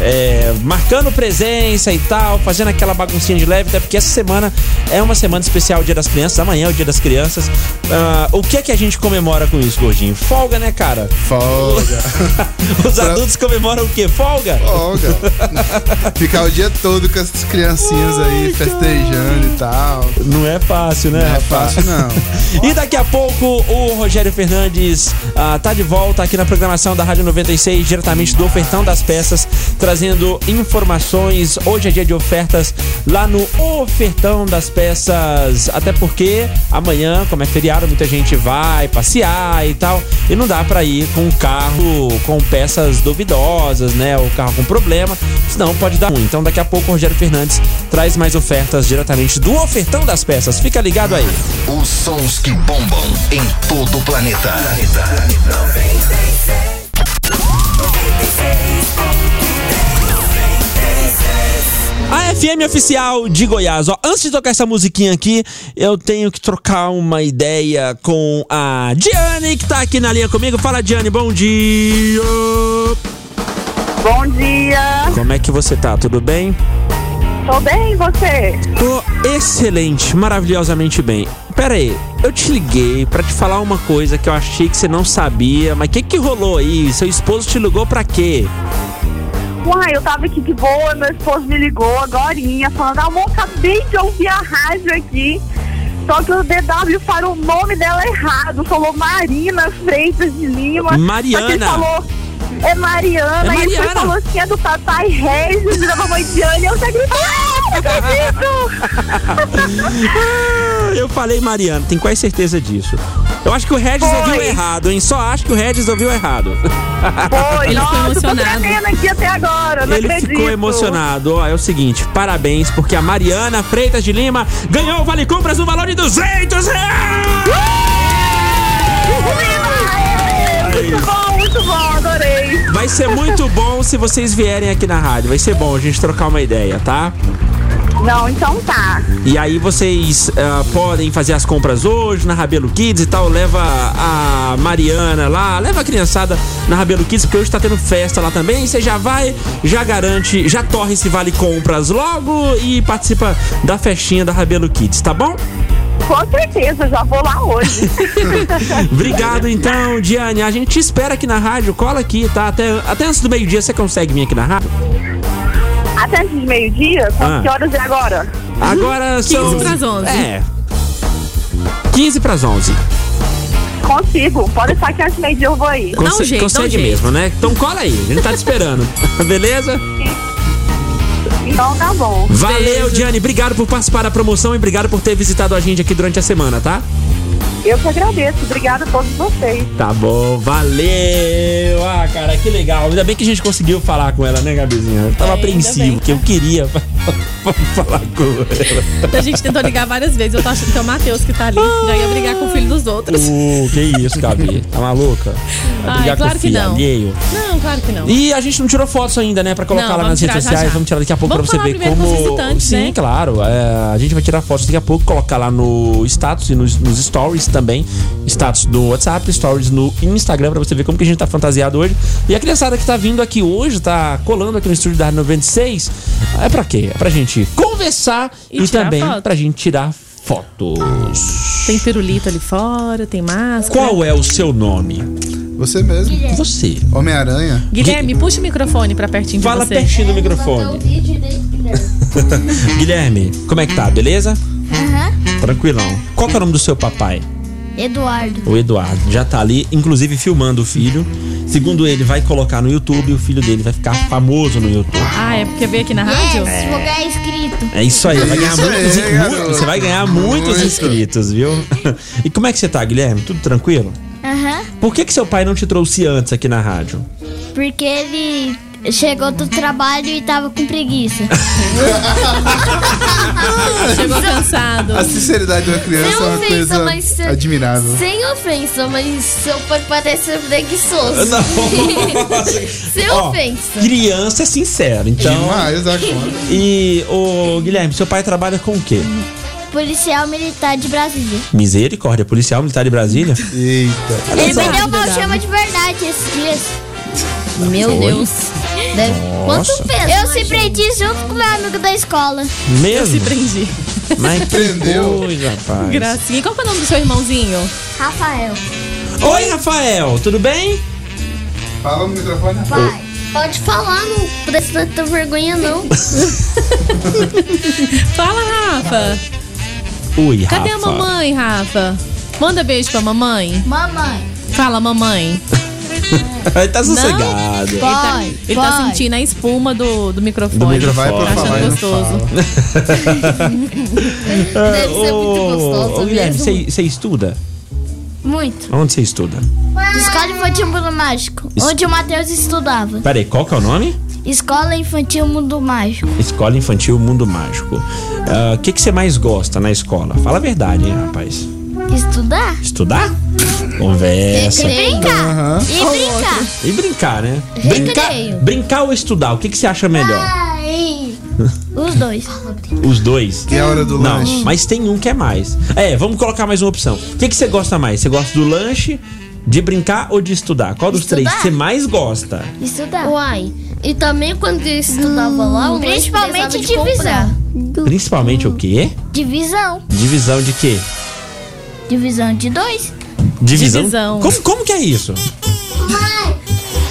Speaker 4: é, marcando presença e tal, fazendo aquela baguncinha de leve, até porque essa semana é uma semana especial, Dia das Crianças, amanhã é o Dia das Crianças. Ah, o que é que a gente comemora com isso, Gordinho? Folga, né, cara?
Speaker 6: Folga.
Speaker 4: Os adultos comemoram o quê? Folga?
Speaker 6: Folga. Ficar o dia todo com essas criancinhas aí festejando e tal.
Speaker 4: Não é fácil, né?
Speaker 6: Não é
Speaker 4: rapaz?
Speaker 6: fácil, não.
Speaker 4: E daqui a pouco o Rogério Fernandes ah, tá de volta aqui na programação da Rádio 96, diretamente do Ofertão das Peças, trazendo informações. Hoje é dia de ofertas lá no Ofertão das Peças, até porque amanhã, como é feriado, muita gente vai passear e tal, e não dá pra ir com um carro com peças duvidosas, né? O carro com problema, senão pode dar ruim. Então daqui a pouco o Rogério Fernandes traz mais ofertas diretamente do Ofertão das Peças. Fica ligado aí.
Speaker 1: Os sons que bombam em todo o planeta.
Speaker 4: A FM oficial de Goiás. Ó, antes de tocar essa musiquinha aqui, eu tenho que trocar uma ideia com a Diane, que tá aqui na linha comigo. Fala, Diane, bom dia!
Speaker 12: Bom dia,
Speaker 4: Como é que você tá? Tudo bem?
Speaker 12: tô bem, e você?
Speaker 4: Tô excelente, maravilhosamente bem. Pera aí, eu te liguei pra te falar uma coisa que eu achei que você não sabia, mas o que que rolou aí? Seu esposo te ligou pra quê?
Speaker 12: Uai, eu tava aqui de boa, meu esposo me ligou agorinha, falando, amor, acabei de ouvir a rádio aqui, só que o DW falou o nome dela errado, falou Marina Freitas de Lima. Só que ele
Speaker 4: Mariana.
Speaker 12: falou É Mariana.
Speaker 5: É
Speaker 12: E ele foi
Speaker 5: Mariana.
Speaker 12: falou que é do papai Regis, e da mamãe Diana. E eu já gritei, "Ah, não acredito!
Speaker 4: Ah, Eu falei Mariana, tem quase certeza disso. Eu acho que o Regis
Speaker 12: Foi.
Speaker 4: ouviu errado, hein? Só acho que o Regis ouviu errado.
Speaker 12: Foi,
Speaker 5: Ele ficou
Speaker 12: nossa, eu tô
Speaker 5: emocionado.
Speaker 12: tremendo aqui até agora, não
Speaker 4: Ele
Speaker 12: acredito.
Speaker 4: ficou emocionado. Ó, é o seguinte, parabéns, porque a Mariana Freitas de Lima ganhou o Vale Compras no valor de 200 reais!
Speaker 12: Muito bom, muito bom, adorei.
Speaker 4: Vai ser muito bom se vocês vierem aqui na rádio. Vai ser bom a gente trocar uma ideia, tá?
Speaker 12: Não, então tá.
Speaker 4: E aí vocês ah, podem fazer as compras hoje na Rabelo Kids e tal. Leva a Mariana lá, leva a criançada na Rabelo Kids, porque hoje tá tendo festa lá também. Você já vai, já garante, já torre esse vale compras logo e participa da festinha da Rabelo Kids, tá bom?
Speaker 12: Com certeza, já vou lá hoje.
Speaker 4: Obrigado então, Diane. A gente te espera aqui na rádio, cola aqui, tá? Até, até antes do meio-dia você consegue vir aqui na rádio?
Speaker 12: até antes de meio-dia,
Speaker 4: Ah.
Speaker 12: são que horas é agora? Uhum.
Speaker 4: Agora são.
Speaker 5: 15 pras 11.
Speaker 4: É. 15 pras 11.
Speaker 12: Consigo, pode estar aqui antes de meio-dia, eu vou aí.
Speaker 5: Dá um jeito, dá um
Speaker 4: consegue
Speaker 5: jeito.
Speaker 4: mesmo, né? Então cola aí, a gente tá te esperando. Beleza?
Speaker 12: Então tá bom.
Speaker 4: Valeu, Diane. Obrigado por participar da promoção e obrigado por ter visitado a gente aqui durante a semana, tá?
Speaker 12: Eu que agradeço, obrigada a todos vocês.
Speaker 4: Tá bom, valeu! Ah, cara, que legal. Ainda bem que a gente conseguiu falar com ela, né, Gabizinha? Eu tava
Speaker 5: É, ainda
Speaker 4: apreensivo,
Speaker 5: bem.
Speaker 4: porque eu queria falar com ela.
Speaker 5: A gente tentou ligar várias vezes. Eu tô achando que é o Matheus que tá ali. Já ia brigar com o filho dos outros.
Speaker 4: Uh, que isso, Gabi? Tá maluca? Vai
Speaker 5: Ai,
Speaker 4: brigar com
Speaker 5: claro
Speaker 4: o
Speaker 5: que
Speaker 4: filho
Speaker 5: não.
Speaker 4: alheio.
Speaker 5: Não, claro que não.
Speaker 4: E a gente não tirou fotos ainda, né? Pra colocar
Speaker 5: Então. Não,
Speaker 4: lá
Speaker 5: vamos
Speaker 4: nas
Speaker 5: tirar
Speaker 4: redes
Speaker 5: já,
Speaker 4: sociais.
Speaker 5: já.
Speaker 4: Vamos tirar daqui a pouco
Speaker 5: Vamos
Speaker 4: pra você
Speaker 5: falar
Speaker 4: ver
Speaker 5: primeiro
Speaker 4: como.
Speaker 5: com os visitantes,
Speaker 4: Sim,
Speaker 5: né?
Speaker 4: claro. é, a gente vai tirar fotos daqui a pouco, colocar lá no status e nos, nos stories também. Status do WhatsApp, stories no Instagram pra você ver como que a gente tá fantasiado hoje. E a criançada que tá vindo aqui hoje, tá colando aqui no estúdio da Rádio 96. É pra quê? É pra gente conversar e,
Speaker 5: E tirar
Speaker 4: também
Speaker 5: foto.
Speaker 4: pra gente tirar fotos.
Speaker 5: Tem pirulito ali fora, tem máscara.
Speaker 4: Qual é o seu nome?
Speaker 6: Você mesmo.
Speaker 4: Você.
Speaker 6: Homem-Aranha.
Speaker 5: Guilherme, puxa o microfone pra pertinho
Speaker 4: Fala
Speaker 5: de você.
Speaker 4: pertinho do microfone. Guilherme, como é que tá? Beleza? Tranquilão. Qual que é o nome do seu papai?
Speaker 7: Eduardo.
Speaker 4: O Eduardo. Já tá ali, inclusive filmando o filho. Segundo ele, vai colocar no YouTube e o filho dele vai ficar famoso no YouTube.
Speaker 5: Ah, é porque veio aqui na rádio?
Speaker 7: Yes, vou ganhar inscrito.
Speaker 4: É isso aí, vai ganhar
Speaker 6: Isso aí,
Speaker 4: muitos, in- mu-
Speaker 6: garoto.
Speaker 4: você vai ganhar muitos
Speaker 6: Muito.
Speaker 4: inscritos, viu? E como é que você tá, Guilherme? Tudo tranquilo?
Speaker 7: Aham.
Speaker 4: Por que, que seu pai não te trouxe antes aqui na rádio?
Speaker 7: Porque ele chegou do trabalho e tava com preguiça.
Speaker 5: Chegou cansado.
Speaker 6: A sinceridade de uma criança é uma coisa
Speaker 7: se-
Speaker 6: admirável.
Speaker 7: Sem ofensa, mas seu pai parece preguiçoso. Sem
Speaker 4: Ó,
Speaker 7: ofensa.
Speaker 4: criança é sincero, então.
Speaker 6: Demais é agora.
Speaker 4: E, ô Guilherme, seu pai trabalha com o quê?
Speaker 7: Policial militar de Brasília.
Speaker 4: Misericórdia, policial militar de Brasília? é
Speaker 6: Eita.
Speaker 7: Ele
Speaker 5: só.
Speaker 7: me deu uma
Speaker 5: Cuidado.
Speaker 7: algema de verdade esses dias. Meu
Speaker 4: Foi?
Speaker 7: Deus. Deve...
Speaker 4: Nossa.
Speaker 7: Quanto peso? Eu se prendi junto com meu amigo da escola.
Speaker 4: Mesmo?
Speaker 5: Se prendi.
Speaker 4: Mas que
Speaker 6: Prendeu.
Speaker 4: coisa, rapaz.
Speaker 5: Gracinha. E qual que é o nome do seu irmãozinho?
Speaker 7: Rafael.
Speaker 4: Oi, Rafael, tudo bem?
Speaker 6: Fala no microfone.
Speaker 7: Pai, pode falar, não presta tanta vergonha, não.
Speaker 5: Fala, Rafa.
Speaker 4: Oi,
Speaker 5: Cadê
Speaker 4: Rafa.
Speaker 5: a mamãe, Rafa? Manda beijo pra mamãe.
Speaker 7: Mamãe,
Speaker 5: Fala, mamãe.
Speaker 4: Ele tá sossegado.
Speaker 5: Ele tá,
Speaker 7: Vai,
Speaker 5: ele tá
Speaker 7: vai.
Speaker 5: sentindo a espuma do, do microfone.
Speaker 4: Do microfone.
Speaker 5: Tá
Speaker 6: Vai pra falar e
Speaker 5: achando
Speaker 6: não
Speaker 5: gostoso.
Speaker 6: fala.
Speaker 7: deve ser muito gostosa
Speaker 4: Ô, Guilherme,
Speaker 7: mesmo.
Speaker 4: você estuda?
Speaker 7: Muito.
Speaker 4: Onde você estuda?
Speaker 7: Escola Infantil Mundo Mágico,
Speaker 4: Isso.
Speaker 7: onde o Matheus estudava.
Speaker 4: Peraí, qual que é o nome?
Speaker 7: Escola Infantil Mundo Mágico.
Speaker 4: Escola Infantil Mundo Mágico. Ah, O que que você mais gosta na escola? Fala a verdade, hein, rapaz.
Speaker 7: Estudar?
Speaker 4: Estudar? Conversa.
Speaker 7: brincar.
Speaker 6: Aham.
Speaker 7: E brincar.
Speaker 4: E brincar, né?
Speaker 5: É
Speaker 7: Recreio.
Speaker 4: Brincar, brincar ou estudar? O que, que você acha
Speaker 5: Ah.
Speaker 4: melhor?
Speaker 7: Ai, os dois.
Speaker 4: Os dois.
Speaker 6: E é a hora do
Speaker 4: Não,
Speaker 6: lanche?
Speaker 4: mas tem um que é mais. É, vamos colocar mais uma opção. O que, que você gosta mais? Você gosta do lanche, de brincar ou de estudar? Qual dos
Speaker 7: Estudar.
Speaker 4: três que você mais gosta?
Speaker 7: Estudar.
Speaker 13: Uai, Então, e também quando eu estudava lá, o
Speaker 7: Principalmente
Speaker 13: lanche precisava de comprar.
Speaker 7: divisão.
Speaker 4: Principalmente o quê?
Speaker 7: Divisão.
Speaker 4: Divisão de quê?
Speaker 7: Divisão de dois.
Speaker 4: Divisão?
Speaker 5: Divisão.
Speaker 4: Como, como que é isso?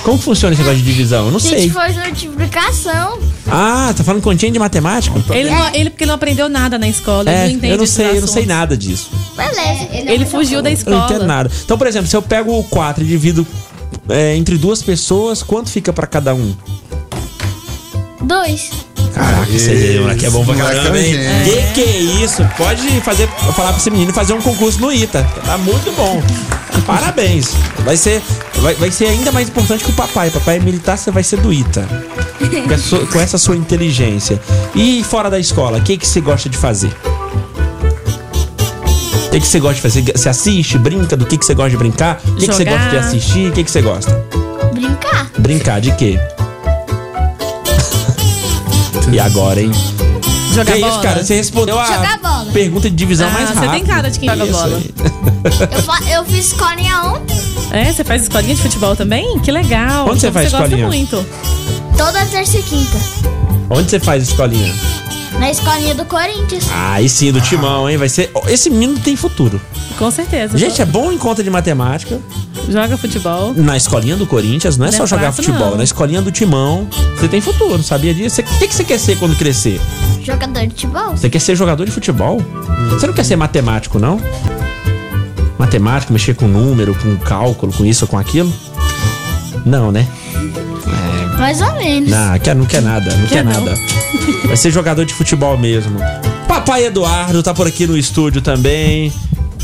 Speaker 4: Como funciona esse negócio de divisão? Eu não
Speaker 7: A gente
Speaker 4: sei.
Speaker 7: faz multiplicação.
Speaker 4: Ah, tá falando continha de matemática?
Speaker 5: Ele, não,
Speaker 13: É.
Speaker 5: ele porque ele não aprendeu nada na escola. ele
Speaker 4: É,
Speaker 5: não entende
Speaker 4: eu não
Speaker 5: esses
Speaker 4: sei, eu não sei
Speaker 5: assuntos.
Speaker 4: nada disso.
Speaker 7: Beleza.
Speaker 5: Ele fugiu da
Speaker 4: Eu não entendo
Speaker 5: escola.
Speaker 4: nada. Então, por exemplo, se eu pego o 4 e divido é, entre duas pessoas, quanto fica pra cada um?
Speaker 13: Dois.
Speaker 4: Caraca, esse aí, moleque é bom pra caramba, hein? Que que é isso? Pode fazer, falar pra esse menino fazer um concurso no ITA. Tá muito bom. Parabéns. Vai ser, vai, vai ser ainda mais importante que o papai. Papai é militar, você vai ser do ITA. Com, a sua- com essa sua inteligência. E fora da escola, o que, que você gosta de fazer? O que, que você gosta de fazer? Você assiste, brinca? Do que, que você gosta de brincar? O que, que você
Speaker 13: Jogar.
Speaker 4: gosta de assistir? O que, que você gosta?
Speaker 13: Brincar.
Speaker 4: Brincar de quê? e agora, hein?
Speaker 5: Jogar
Speaker 4: que isso,
Speaker 5: bola?
Speaker 4: cara? Você respondeu a
Speaker 13: Jogar bola.
Speaker 4: pergunta de divisão
Speaker 5: Ah,
Speaker 4: mais
Speaker 5: você
Speaker 4: rápida.
Speaker 5: tem cara de quem joga bola.
Speaker 13: Eu, fa- eu fiz escolinha ontem,
Speaker 5: É, você faz escolinha de futebol também? Que legal.
Speaker 4: Onde você
Speaker 5: Então
Speaker 4: faz
Speaker 5: você gosta
Speaker 4: escolinha?
Speaker 5: muito.
Speaker 13: toda terça e quinta.
Speaker 4: Onde você faz escolinha?
Speaker 13: Na escolinha do Corinthians.
Speaker 4: Ah, e sim, do Timão, hein? Vai ser. Ó, Esse menino tem futuro.
Speaker 5: Com certeza.
Speaker 4: Gente, é bom em conta de matemática.
Speaker 5: Joga futebol.
Speaker 4: Na escolinha do Corinthians, não é
Speaker 5: Não é
Speaker 4: só jogar
Speaker 5: fácil,
Speaker 4: futebol.
Speaker 5: não.
Speaker 4: Na escolinha do Timão, você tem futuro, sabia disso? Você- O que, que você quer ser quando crescer?
Speaker 13: Jogador de futebol.
Speaker 4: Você quer ser jogador de futebol? Você não quer ser matemático, não? Matemático, mexer com número, com cálculo, com isso ou com aquilo? Não, né? É,
Speaker 13: Mais ou menos.
Speaker 4: Não, quer, não quer nada, não quer,
Speaker 13: Quer não.
Speaker 4: nada. Vai ser jogador de futebol mesmo. Papai Eduardo tá por aqui no estúdio também.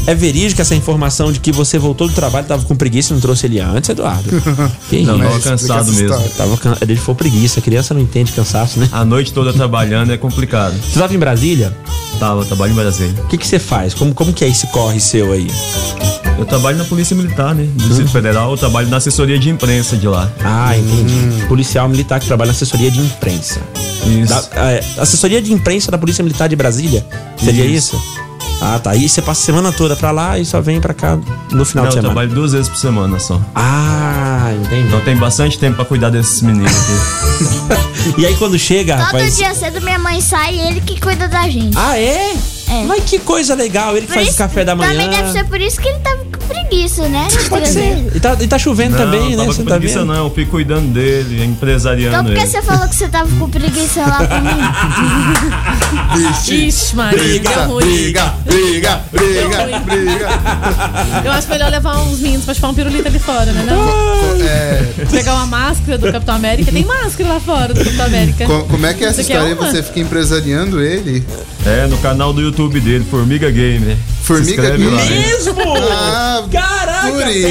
Speaker 4: É verídica essa informação de que você voltou do trabalho, tava com preguiça e não trouxe ele antes, Eduardo? Que
Speaker 9: Não,
Speaker 4: isso?
Speaker 9: tava cansado mesmo.
Speaker 4: Tava can- Ele foi preguiça, criança não entende cansaço, né?
Speaker 9: A noite toda trabalhando é complicado.
Speaker 4: Você tava em Brasília?
Speaker 9: Tava, trabalho em Brasília.
Speaker 4: O que, que você faz? Como, como que é esse corre seu aí?
Speaker 9: Eu trabalho na Polícia Militar, né? Do Distrito Federal, eu trabalho na assessoria de imprensa de lá. Hum.
Speaker 4: Ah, entendi. Policial militar que trabalha na assessoria de imprensa.
Speaker 9: Isso.
Speaker 4: Da- é, assessoria de imprensa da Polícia Militar de Brasília? Seria isso? Ah, tá. Aí você passa a semana toda pra lá e só vem pra cá no final
Speaker 9: Não,
Speaker 4: de
Speaker 9: eu
Speaker 4: semana.
Speaker 9: trabalho duas vezes por semana só.
Speaker 4: Ah, entendi.
Speaker 9: Então tem bastante tempo pra cuidar desses meninos aqui.
Speaker 4: e aí quando chega,
Speaker 13: Todo dia cedo minha mãe sai e ele que cuida da gente.
Speaker 4: Ah, é?
Speaker 13: É.
Speaker 4: Mas que coisa legal, ele que
Speaker 13: Por
Speaker 4: faz o
Speaker 13: isso-
Speaker 4: café da manhã.
Speaker 13: Também deve ser por isso que ele tava com preguiça, né? de
Speaker 4: Pode
Speaker 13: trazer.
Speaker 4: ser. E tá, e tá chovendo
Speaker 9: não,
Speaker 4: também, né?
Speaker 9: tava
Speaker 4: Você
Speaker 9: com
Speaker 4: tá
Speaker 9: preguiça
Speaker 4: vendo?
Speaker 9: não, eu fico cuidando dele,
Speaker 13: Então
Speaker 9: empresariando
Speaker 13: por que
Speaker 9: ele.
Speaker 13: você falou que você tava com preguiça lá pra mim?
Speaker 5: Ixi, Maria, deu ruim.
Speaker 6: briga, briga, briga.
Speaker 5: Eu acho melhor levar uns meninos pra chupar um pirulito ali fora, né?
Speaker 4: Ah!
Speaker 5: Não?
Speaker 6: É,
Speaker 5: Pegar uma máscara do Capitão América. Tem máscara lá fora do Capitão América.
Speaker 6: Co- como é que é essa
Speaker 5: quer
Speaker 6: história? aí?
Speaker 5: uma?
Speaker 6: Você fica empresariando ele?
Speaker 9: É, no canal do YouTube dele, Formiga Gamer.
Speaker 6: Formiga
Speaker 9: né?
Speaker 6: Gamer?
Speaker 4: Mesmo?
Speaker 6: Ah,
Speaker 4: Caraca,
Speaker 6: por
Speaker 4: pera
Speaker 6: isso,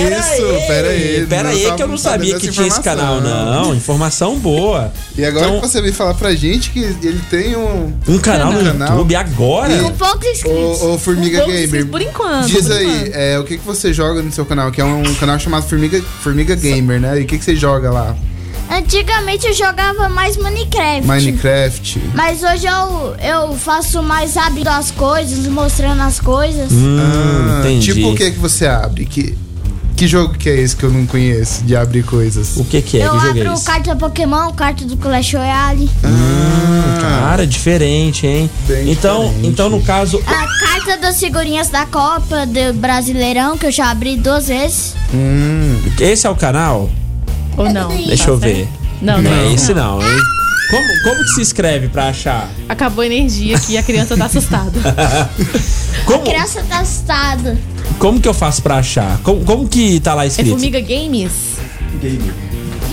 Speaker 4: aí.
Speaker 6: pera aí,
Speaker 4: Pera
Speaker 6: não
Speaker 4: aí
Speaker 6: tava-
Speaker 4: que eu não
Speaker 6: não sabia
Speaker 4: sabia que
Speaker 6: dessa
Speaker 4: tinha esse canal,
Speaker 6: informação.
Speaker 4: não. Informação boa.
Speaker 6: E agora
Speaker 4: Então-
Speaker 6: que você veio falar pra gente que ele tem um.
Speaker 4: Um canal no YouTube agora?
Speaker 6: E-
Speaker 4: Com
Speaker 13: poucos inscritos.
Speaker 6: Ô, ô, Formiga
Speaker 13: Com poucos
Speaker 6: Gamer.
Speaker 13: inscritos, por enquanto,
Speaker 6: Diz
Speaker 13: por
Speaker 6: aí,
Speaker 13: enquanto.
Speaker 6: é, o que, que você joga no seu canal? Que é um canal chamado Formiga, Formiga Gamer, né? E o que, que você joga lá?
Speaker 13: Antigamente eu jogava mais Minecraft.
Speaker 6: Minecraft.
Speaker 13: Mas hoje eu, eu faço mais rápido as coisas, mostrando as coisas.
Speaker 4: Hum,
Speaker 6: Ah,
Speaker 4: entendi.
Speaker 6: Tipo, o que que você abre? Que, que jogo que é esse que eu não conheço de abrir coisas?
Speaker 4: O que é que
Speaker 13: eu abro carta Pokémon, carta do Clash Royale,
Speaker 6: Hum,
Speaker 4: Cara, diferente, hein? então, então, no caso.
Speaker 13: a carta das figurinhas da Copa do Brasileirão, que eu já abri duas vezes.
Speaker 6: Hum.
Speaker 4: Esse é o canal?
Speaker 5: Ou não?
Speaker 13: Tá
Speaker 4: Deixa eu ver.
Speaker 5: Não, não é
Speaker 4: é
Speaker 5: esse
Speaker 4: esse não, hein? Como, como que se escreve pra achar?
Speaker 5: Acabou a energia aqui, a criança tá assustada.
Speaker 13: A criança tá assustada.
Speaker 4: Como que eu faço pra achar? Como, como que tá lá
Speaker 5: É
Speaker 4: escrito?
Speaker 5: Formiga Games?
Speaker 9: Gamer.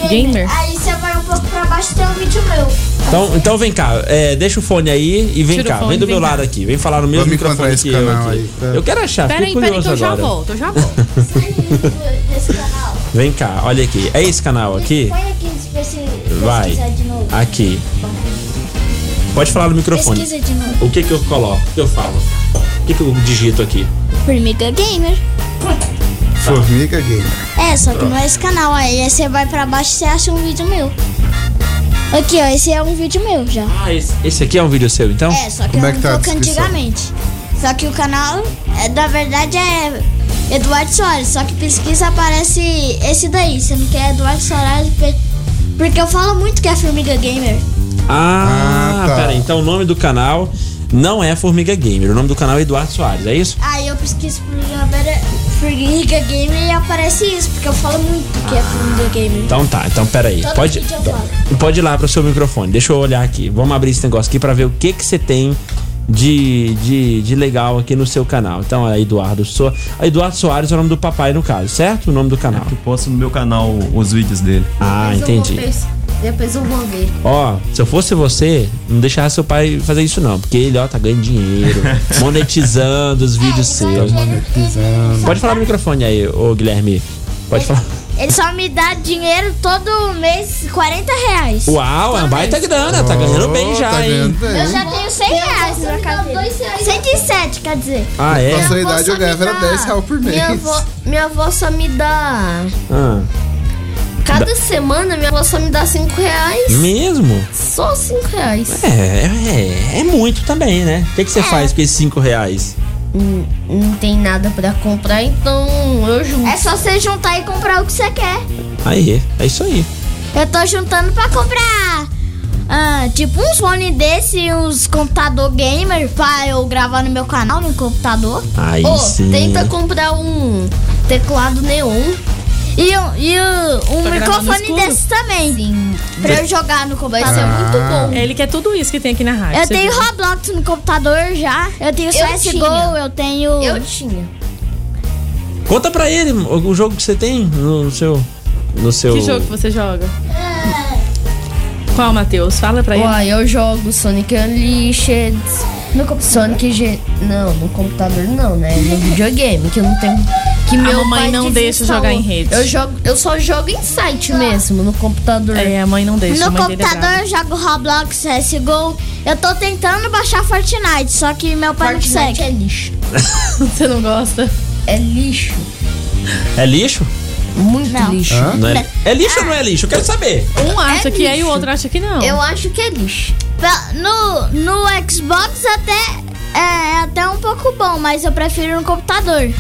Speaker 5: Gamer.
Speaker 13: Aí você vai um pouco pra baixo tem um vídeo meu.
Speaker 4: Então, então vem cá, é, deixa o fone aí e vem
Speaker 13: Tira o
Speaker 4: cá,
Speaker 13: fone,
Speaker 4: vem do
Speaker 13: vem
Speaker 4: meu
Speaker 13: cá.
Speaker 4: lado aqui, vem falar no mesmo
Speaker 6: Vamos encontrar
Speaker 4: microfone
Speaker 6: esse
Speaker 4: que eu
Speaker 6: canal
Speaker 4: aqui.
Speaker 6: aí, tá?
Speaker 4: Eu quero achar,
Speaker 5: Peraí,
Speaker 4: fiquei
Speaker 5: peraí, que
Speaker 4: curioso
Speaker 5: eu já
Speaker 4: agora.
Speaker 5: volto, eu já volto.
Speaker 13: Desse canal.
Speaker 4: Vem cá, olha aqui, é esse canal aqui?
Speaker 13: Põe aqui se pesquisa
Speaker 4: Vai.
Speaker 13: de novo.
Speaker 4: Aqui. Pode falar no microfone.
Speaker 13: Pesquisa de novo.
Speaker 4: O que que eu coloco? O que eu falo? O que que eu digito aqui?
Speaker 13: Formiga Gamer.
Speaker 6: Formiga Gamer.
Speaker 13: É, só que não é esse canal aí. Aí você vai pra baixo e você acha um vídeo meu. Aqui, ó, esse é um vídeo meu já.
Speaker 4: Ah, esse, esse aqui é um vídeo seu, então?
Speaker 13: É, só que era um pouco antigamente. Só que o canal, é, na verdade, é Eduardo Soares. Só que pesquisa aparece esse daí, sendo que é Eduardo Soares. pe- Porque eu falo muito que é Formiga Gamer.
Speaker 4: Ah, peraí, então o nome do canal não é Formiga Gamer, o nome do canal é Eduardo Soares, é isso?
Speaker 13: Aí eu pesquiso Formiga- Formiga Gamer e aparece isso, porque eu falo muito que é Formiga Gamer.
Speaker 4: Então tá, então peraí.
Speaker 13: Todo
Speaker 4: Pode, então
Speaker 13: vídeo é um eu falo.
Speaker 4: pode ir lá pro seu microfone, deixa eu olhar aqui. Vamos abrir esse negócio aqui pra ver o que que você tem de, de, de legal aqui no seu canal. Então, é Eduardo Soares. Eduardo Soares é o nome do papai, no caso, certo? O nome do canal. eu
Speaker 9: É, posto no meu canal os vídeos dele.
Speaker 4: Ah,
Speaker 7: Depois eu vou
Speaker 4: entendi.
Speaker 7: pers- Depois eu vou ver.
Speaker 4: Ó, se eu fosse você, não deixava seu pai fazer isso não, porque ele, ó, tá ganhando dinheiro, monetizando os vídeos seus. Pode falar no microfone aí, ô Guilherme. Pode falar.
Speaker 13: Ele só me dá dinheiro todo mês, 40 reais.
Speaker 4: Uau, é uma baita grana, tá ganhando bem já, hein?
Speaker 13: Eu já tenho 100 reais na carteira. 107, quer dizer.
Speaker 4: Ah, é?
Speaker 13: Minha
Speaker 6: Na sua
Speaker 13: avó
Speaker 6: idade,
Speaker 13: só
Speaker 6: eu ganhava
Speaker 13: me
Speaker 6: era
Speaker 13: dá-
Speaker 6: 10 reais por mês.
Speaker 7: Minha avó, minha avó só me dá.
Speaker 4: Ah,
Speaker 7: Cada
Speaker 4: Da-
Speaker 7: semana minha avó só me dá 5 reais.
Speaker 4: mesmo?
Speaker 7: Só 5 reais.
Speaker 4: É, é, é muito também, né? O que,
Speaker 5: É.
Speaker 4: que você faz com esses 5 reais?
Speaker 7: Hum, Não tem nada pra comprar, então eu junto.
Speaker 13: É só você juntar e comprar o que você quer.
Speaker 4: Aí, é isso aí.
Speaker 13: Eu tô juntando pra comprar. ah, tipo uns fone desse, uns computador gamer pra eu gravar no meu canal no computador.
Speaker 4: Aí
Speaker 7: Ô,
Speaker 4: sim.
Speaker 7: tenta comprar um teclado neon.
Speaker 13: E, um- e um- um
Speaker 7: Pra gravar no
Speaker 13: microfone
Speaker 7: escuro?
Speaker 13: desse também. Pra eu jogar no computador.
Speaker 6: Ah.
Speaker 5: Vai ser muito
Speaker 6: bom.
Speaker 5: É, Ele quer tudo isso que tem aqui na rádio.
Speaker 13: Eu
Speaker 5: você
Speaker 13: tenho
Speaker 5: viu?
Speaker 13: Roblox no computador já. Eu tenho
Speaker 7: Eu
Speaker 13: CSGO, eu,
Speaker 7: tinha.
Speaker 13: tenho.
Speaker 7: Eu tinha.
Speaker 4: Conta pra ele o o jogo que você tem no no seu. No seu.
Speaker 5: Que jogo que você joga?
Speaker 13: É.
Speaker 5: Qual, Matheus? Fala pra ele.
Speaker 7: Uai, eu jogo Sonic Unleashed. No Sonic G. Não, no computador não, né? No videogame, que eu não tenho. Que
Speaker 5: A
Speaker 7: meu
Speaker 5: mamãe
Speaker 7: pai
Speaker 5: não deixa
Speaker 7: desinstalou.
Speaker 5: jogar em rede.
Speaker 7: Eu, jogo, eu só jogo em site mesmo, no computador.
Speaker 5: É, a mãe não deixa.
Speaker 13: No computador eu jogo Roblox, CSGO. Eu tô tentando baixar Fortnite, só que meu pai não
Speaker 7: Fortnite
Speaker 13: consegue.
Speaker 7: é lixo.
Speaker 5: Você não gosta?
Speaker 7: É lixo.
Speaker 4: É lixo?
Speaker 7: Muito lixo.
Speaker 4: Hã? Não é... é lixo ou
Speaker 5: Ah.
Speaker 4: não é lixo? Eu quero saber.
Speaker 5: Um acha que é e o
Speaker 13: lixo.
Speaker 5: outro acha que não.
Speaker 7: Eu acho que é lixo.
Speaker 13: Pe- No, no Xbox até é, é até um pouco bom, mas eu prefiro no computador.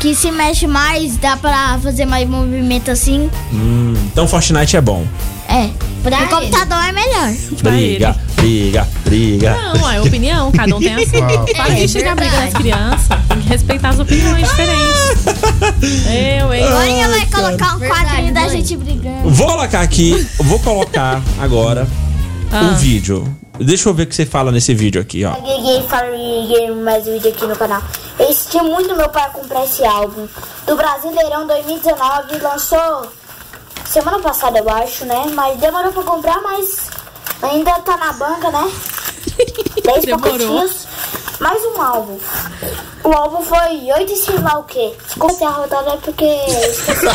Speaker 13: Que se mexe mais, dá pra fazer mais movimento assim.
Speaker 4: Hum, então Fortnite é bom.
Speaker 13: É.
Speaker 7: Pra
Speaker 13: no
Speaker 7: ele.
Speaker 13: computador é melhor.
Speaker 4: Briga, briga, briga.
Speaker 5: Não, é opinião, cada um tem a
Speaker 4: Uau.
Speaker 6: Ah,
Speaker 5: sua. Para de chegar briga nas é crianças. Tem que respeitar as opiniões diferentes. Eu, hein?
Speaker 13: Agora vai colocar um
Speaker 7: Verdade,
Speaker 13: quadrinho da
Speaker 7: mãe.
Speaker 13: gente brigando.
Speaker 4: Vou colocar aqui, vou colocar agora
Speaker 13: Ah.
Speaker 4: um vídeo. Deixa eu ver o que você fala nesse vídeo aqui, ó.
Speaker 14: Guerreiro, fala Guerreiro, mais um vídeo aqui no canal. Eu insisti muito meu pai a comprar esse álbum. Do Brasileirão 2019, lançou semana passada, eu acho, né? Mas demorou pra comprar, mas ainda tá na banca, né? Dez
Speaker 5: Demorou.
Speaker 14: pacotinhos. Mais um álbum. O álbum foi 8 e sei lá o quê. Comecei a rodar é porque eu esqueci.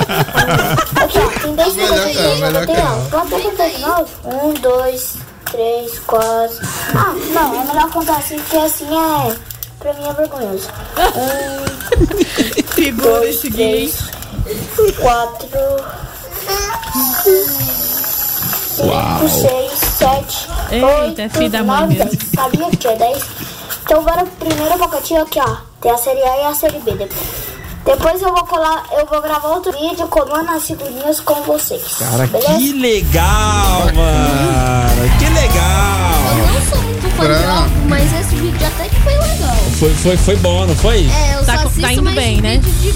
Speaker 14: Aqui, ó, tem dois
Speaker 6: Melhor
Speaker 14: pacotinhos.
Speaker 6: canal,
Speaker 14: Eu
Speaker 6: melhor
Speaker 14: botei, ó,
Speaker 6: canal.
Speaker 14: Vou até contar de novo. Um, dois, três, quatro. Ah, não, é melhor contar assim, porque assim é. Pra mim é vergonhoso. Um.
Speaker 5: Segura
Speaker 14: dois,
Speaker 5: esse
Speaker 14: três, Quatro.
Speaker 5: Uau.
Speaker 14: Cinco, Um, seis, sete.
Speaker 5: Eita, é
Speaker 14: oito,
Speaker 5: filho da mãe
Speaker 14: nove,
Speaker 5: mesmo.
Speaker 14: dez. Sabia que tinha dez? Então bora pro primeiro pacotinho aqui, ó. Tem a série A e a série B depois. Depois eu vou colar, eu vou gravar outro vídeo colando as figurinhas com vocês.
Speaker 4: Cara,
Speaker 14: beleza?
Speaker 4: que legal, mano. Que legal.
Speaker 7: Não sou muito fã
Speaker 4: Pra-
Speaker 7: de álbum, mas esse vídeo até que foi legal.
Speaker 4: Foi, foi, foi bom, não foi?
Speaker 7: É, eu
Speaker 5: Tá
Speaker 7: só
Speaker 5: co- tá
Speaker 7: assisto
Speaker 5: indo
Speaker 7: mais
Speaker 5: bem, né?
Speaker 7: vídeo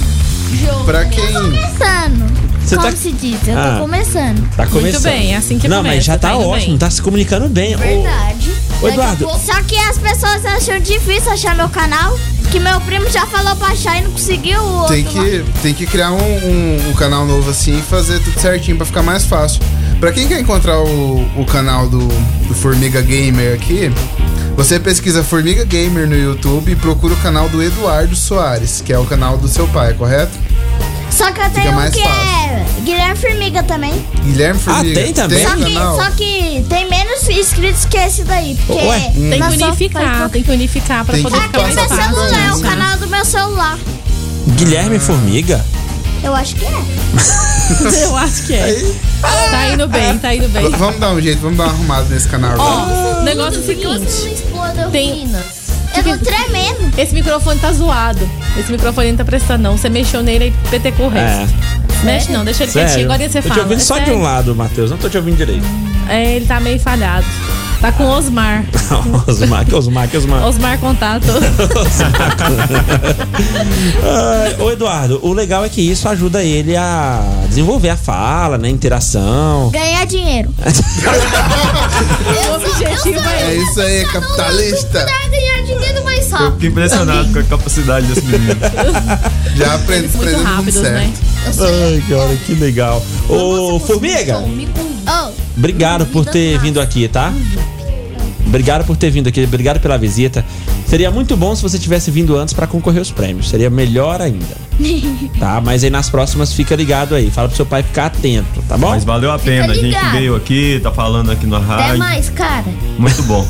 Speaker 7: de jogo. né?
Speaker 6: Pra quem-
Speaker 7: Eu tô começando.
Speaker 4: Você
Speaker 13: Como
Speaker 4: tá-
Speaker 13: se diz? Eu
Speaker 4: Ah.
Speaker 13: tô começando.
Speaker 4: Tá começando.
Speaker 5: bem, é assim que
Speaker 4: Não,
Speaker 5: começa,
Speaker 4: mas já tá,
Speaker 5: tá indo
Speaker 4: ótimo,
Speaker 5: bem.
Speaker 4: tá se comunicando bem. Ô,
Speaker 13: Verdade.
Speaker 4: Ô, Eduardo.
Speaker 13: Só que as pessoas acham difícil achar meu canal. Que meu primo já falou pra achar e não conseguiu. o outro
Speaker 6: Tem que, tem que criar um, um- um canal novo assim e fazer tudo certinho pra ficar mais fácil. Pra quem quer encontrar o, o canal do, do Formiga Gamer aqui, você pesquisa Formiga Gamer no YouTube e procura o canal do Eduardo Soares, que é o canal do seu pai, correto?
Speaker 13: lá. Só que eu tenho um
Speaker 6: mais
Speaker 13: que é Guilherme Formiga também.
Speaker 6: Guilherme
Speaker 5: Ah,
Speaker 6: Formiga.
Speaker 4: Ah, tem também?
Speaker 13: Só
Speaker 6: Tem um
Speaker 13: que,
Speaker 6: canal?
Speaker 13: só que tem menos inscritos que esse daí. Porque
Speaker 6: Ué, hum.
Speaker 5: Tem
Speaker 13: nós
Speaker 5: que
Speaker 13: só
Speaker 5: unificar,
Speaker 13: faz-
Speaker 5: tem que unificar pra
Speaker 6: Tem
Speaker 5: poder
Speaker 6: que
Speaker 5: ficar mais
Speaker 6: passar
Speaker 5: fácil.
Speaker 6: pra
Speaker 13: É o
Speaker 6: todos, né?
Speaker 13: canal do meu celular.
Speaker 4: Guilherme Formiga?
Speaker 13: Eu acho que é.
Speaker 5: Eu acho que é. Tá indo bem, tá indo bem.
Speaker 6: V- Vamos dar um jeito, vamos dar uma arrumada nesse canal.
Speaker 5: Ó, o negócio é o seguinte. Tem... Eu tô tremendo. Esse microfone tá zoado. Esse microfone não tá prestando, não. Você mexeu nele e petecou o resto. Mexe não, deixa ele quietinho. Agora você
Speaker 4: É. eu
Speaker 5: fala.
Speaker 4: te ouvindo
Speaker 5: É
Speaker 4: só de
Speaker 5: sério.
Speaker 4: um lado, Matheus. Não tô te ouvindo direito.
Speaker 5: É, ele tá meio falhado. Tá com Osmar. Hum.
Speaker 4: Osmar, que Osmar, que Osmar.
Speaker 5: Osmar Contato.
Speaker 4: Ah, Ô Eduardo, o legal é que isso ajuda ele a desenvolver a fala, né? Interação.
Speaker 13: Ganhar dinheiro.
Speaker 5: o objetivo
Speaker 6: É isso aí, capitalista.
Speaker 13: Pra ganhar dinheiro mais
Speaker 9: Eu
Speaker 13: rápido.
Speaker 9: fiquei impressionado com a capacidade desse menino.
Speaker 6: Já aprende, aprende muito
Speaker 4: né?
Speaker 7: né?
Speaker 6: certo.
Speaker 4: Ai, cara, que legal. Ô, Formiga,
Speaker 7: então.
Speaker 13: Oh,
Speaker 4: obrigado por
Speaker 7: um
Speaker 4: ter vindo aqui, tá? Obrigado por ter vindo aqui, obrigado pela visita. Seria muito bom se você tivesse vindo antes pra concorrer aos prêmios. Seria melhor ainda, tá? Mas aí nas próximas fica ligado aí. Fala pro seu pai ficar atento, tá bom?
Speaker 9: Mas valeu a pena, a gente veio aqui, tá falando aqui na
Speaker 7: Até
Speaker 9: rádio.
Speaker 7: mais, cara.
Speaker 9: Muito bom.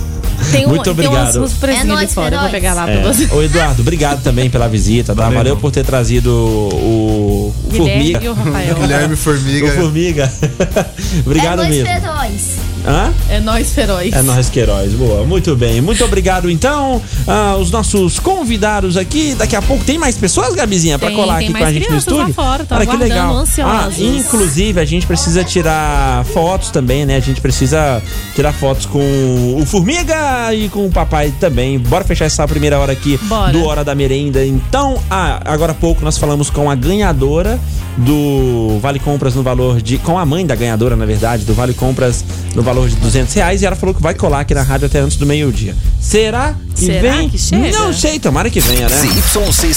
Speaker 5: Tem um,
Speaker 4: Muito obrigado.
Speaker 5: Tem uns, uns
Speaker 7: É
Speaker 5: presídios
Speaker 7: nóis,
Speaker 5: fora. Eu vou
Speaker 7: feroz.
Speaker 5: pegar lá
Speaker 4: É.
Speaker 5: pra você.
Speaker 4: Ô Eduardo, obrigado também pela visita, tá? Valeu, por ter trazido o, o
Speaker 5: Guilherme
Speaker 4: Formiga.
Speaker 5: e o Rafael.
Speaker 6: Guilherme Formiga.
Speaker 4: O Formiga. obrigado
Speaker 5: é
Speaker 4: mesmo.
Speaker 5: feroz.
Speaker 4: Hã?
Speaker 5: É nóis feroz.
Speaker 4: É nós que heróis, boa. Muito bem. Muito obrigado então aos nossos convidados aqui. Daqui a pouco tem mais pessoas, Gabizinha, pra
Speaker 5: Tem,
Speaker 4: colar
Speaker 5: tem
Speaker 4: aqui com
Speaker 5: mais
Speaker 4: a gente no
Speaker 5: crianças lá
Speaker 4: estúdio.
Speaker 5: fora, tô
Speaker 4: Olha que
Speaker 5: aguardando,
Speaker 4: legal.
Speaker 5: ansiosos.
Speaker 4: Ah, inclusive a gente precisa tirar fotos também, né? A gente precisa tirar fotos com o Formiga e com o papai também. Bora fechar essa primeira hora aqui
Speaker 5: Bora.
Speaker 4: do Hora da Merenda. Então, ah, agora há pouco nós falamos com a ganhadora do Vale Compras no valor de. Com a mãe da ganhadora, na verdade, do Vale Compras no valor de 200 reais. E ela falou que vai colar aqui na rádio até antes do meio-dia. Será que
Speaker 5: Será
Speaker 4: vem?
Speaker 5: que chega?
Speaker 4: Não sei, tomara que venha, né?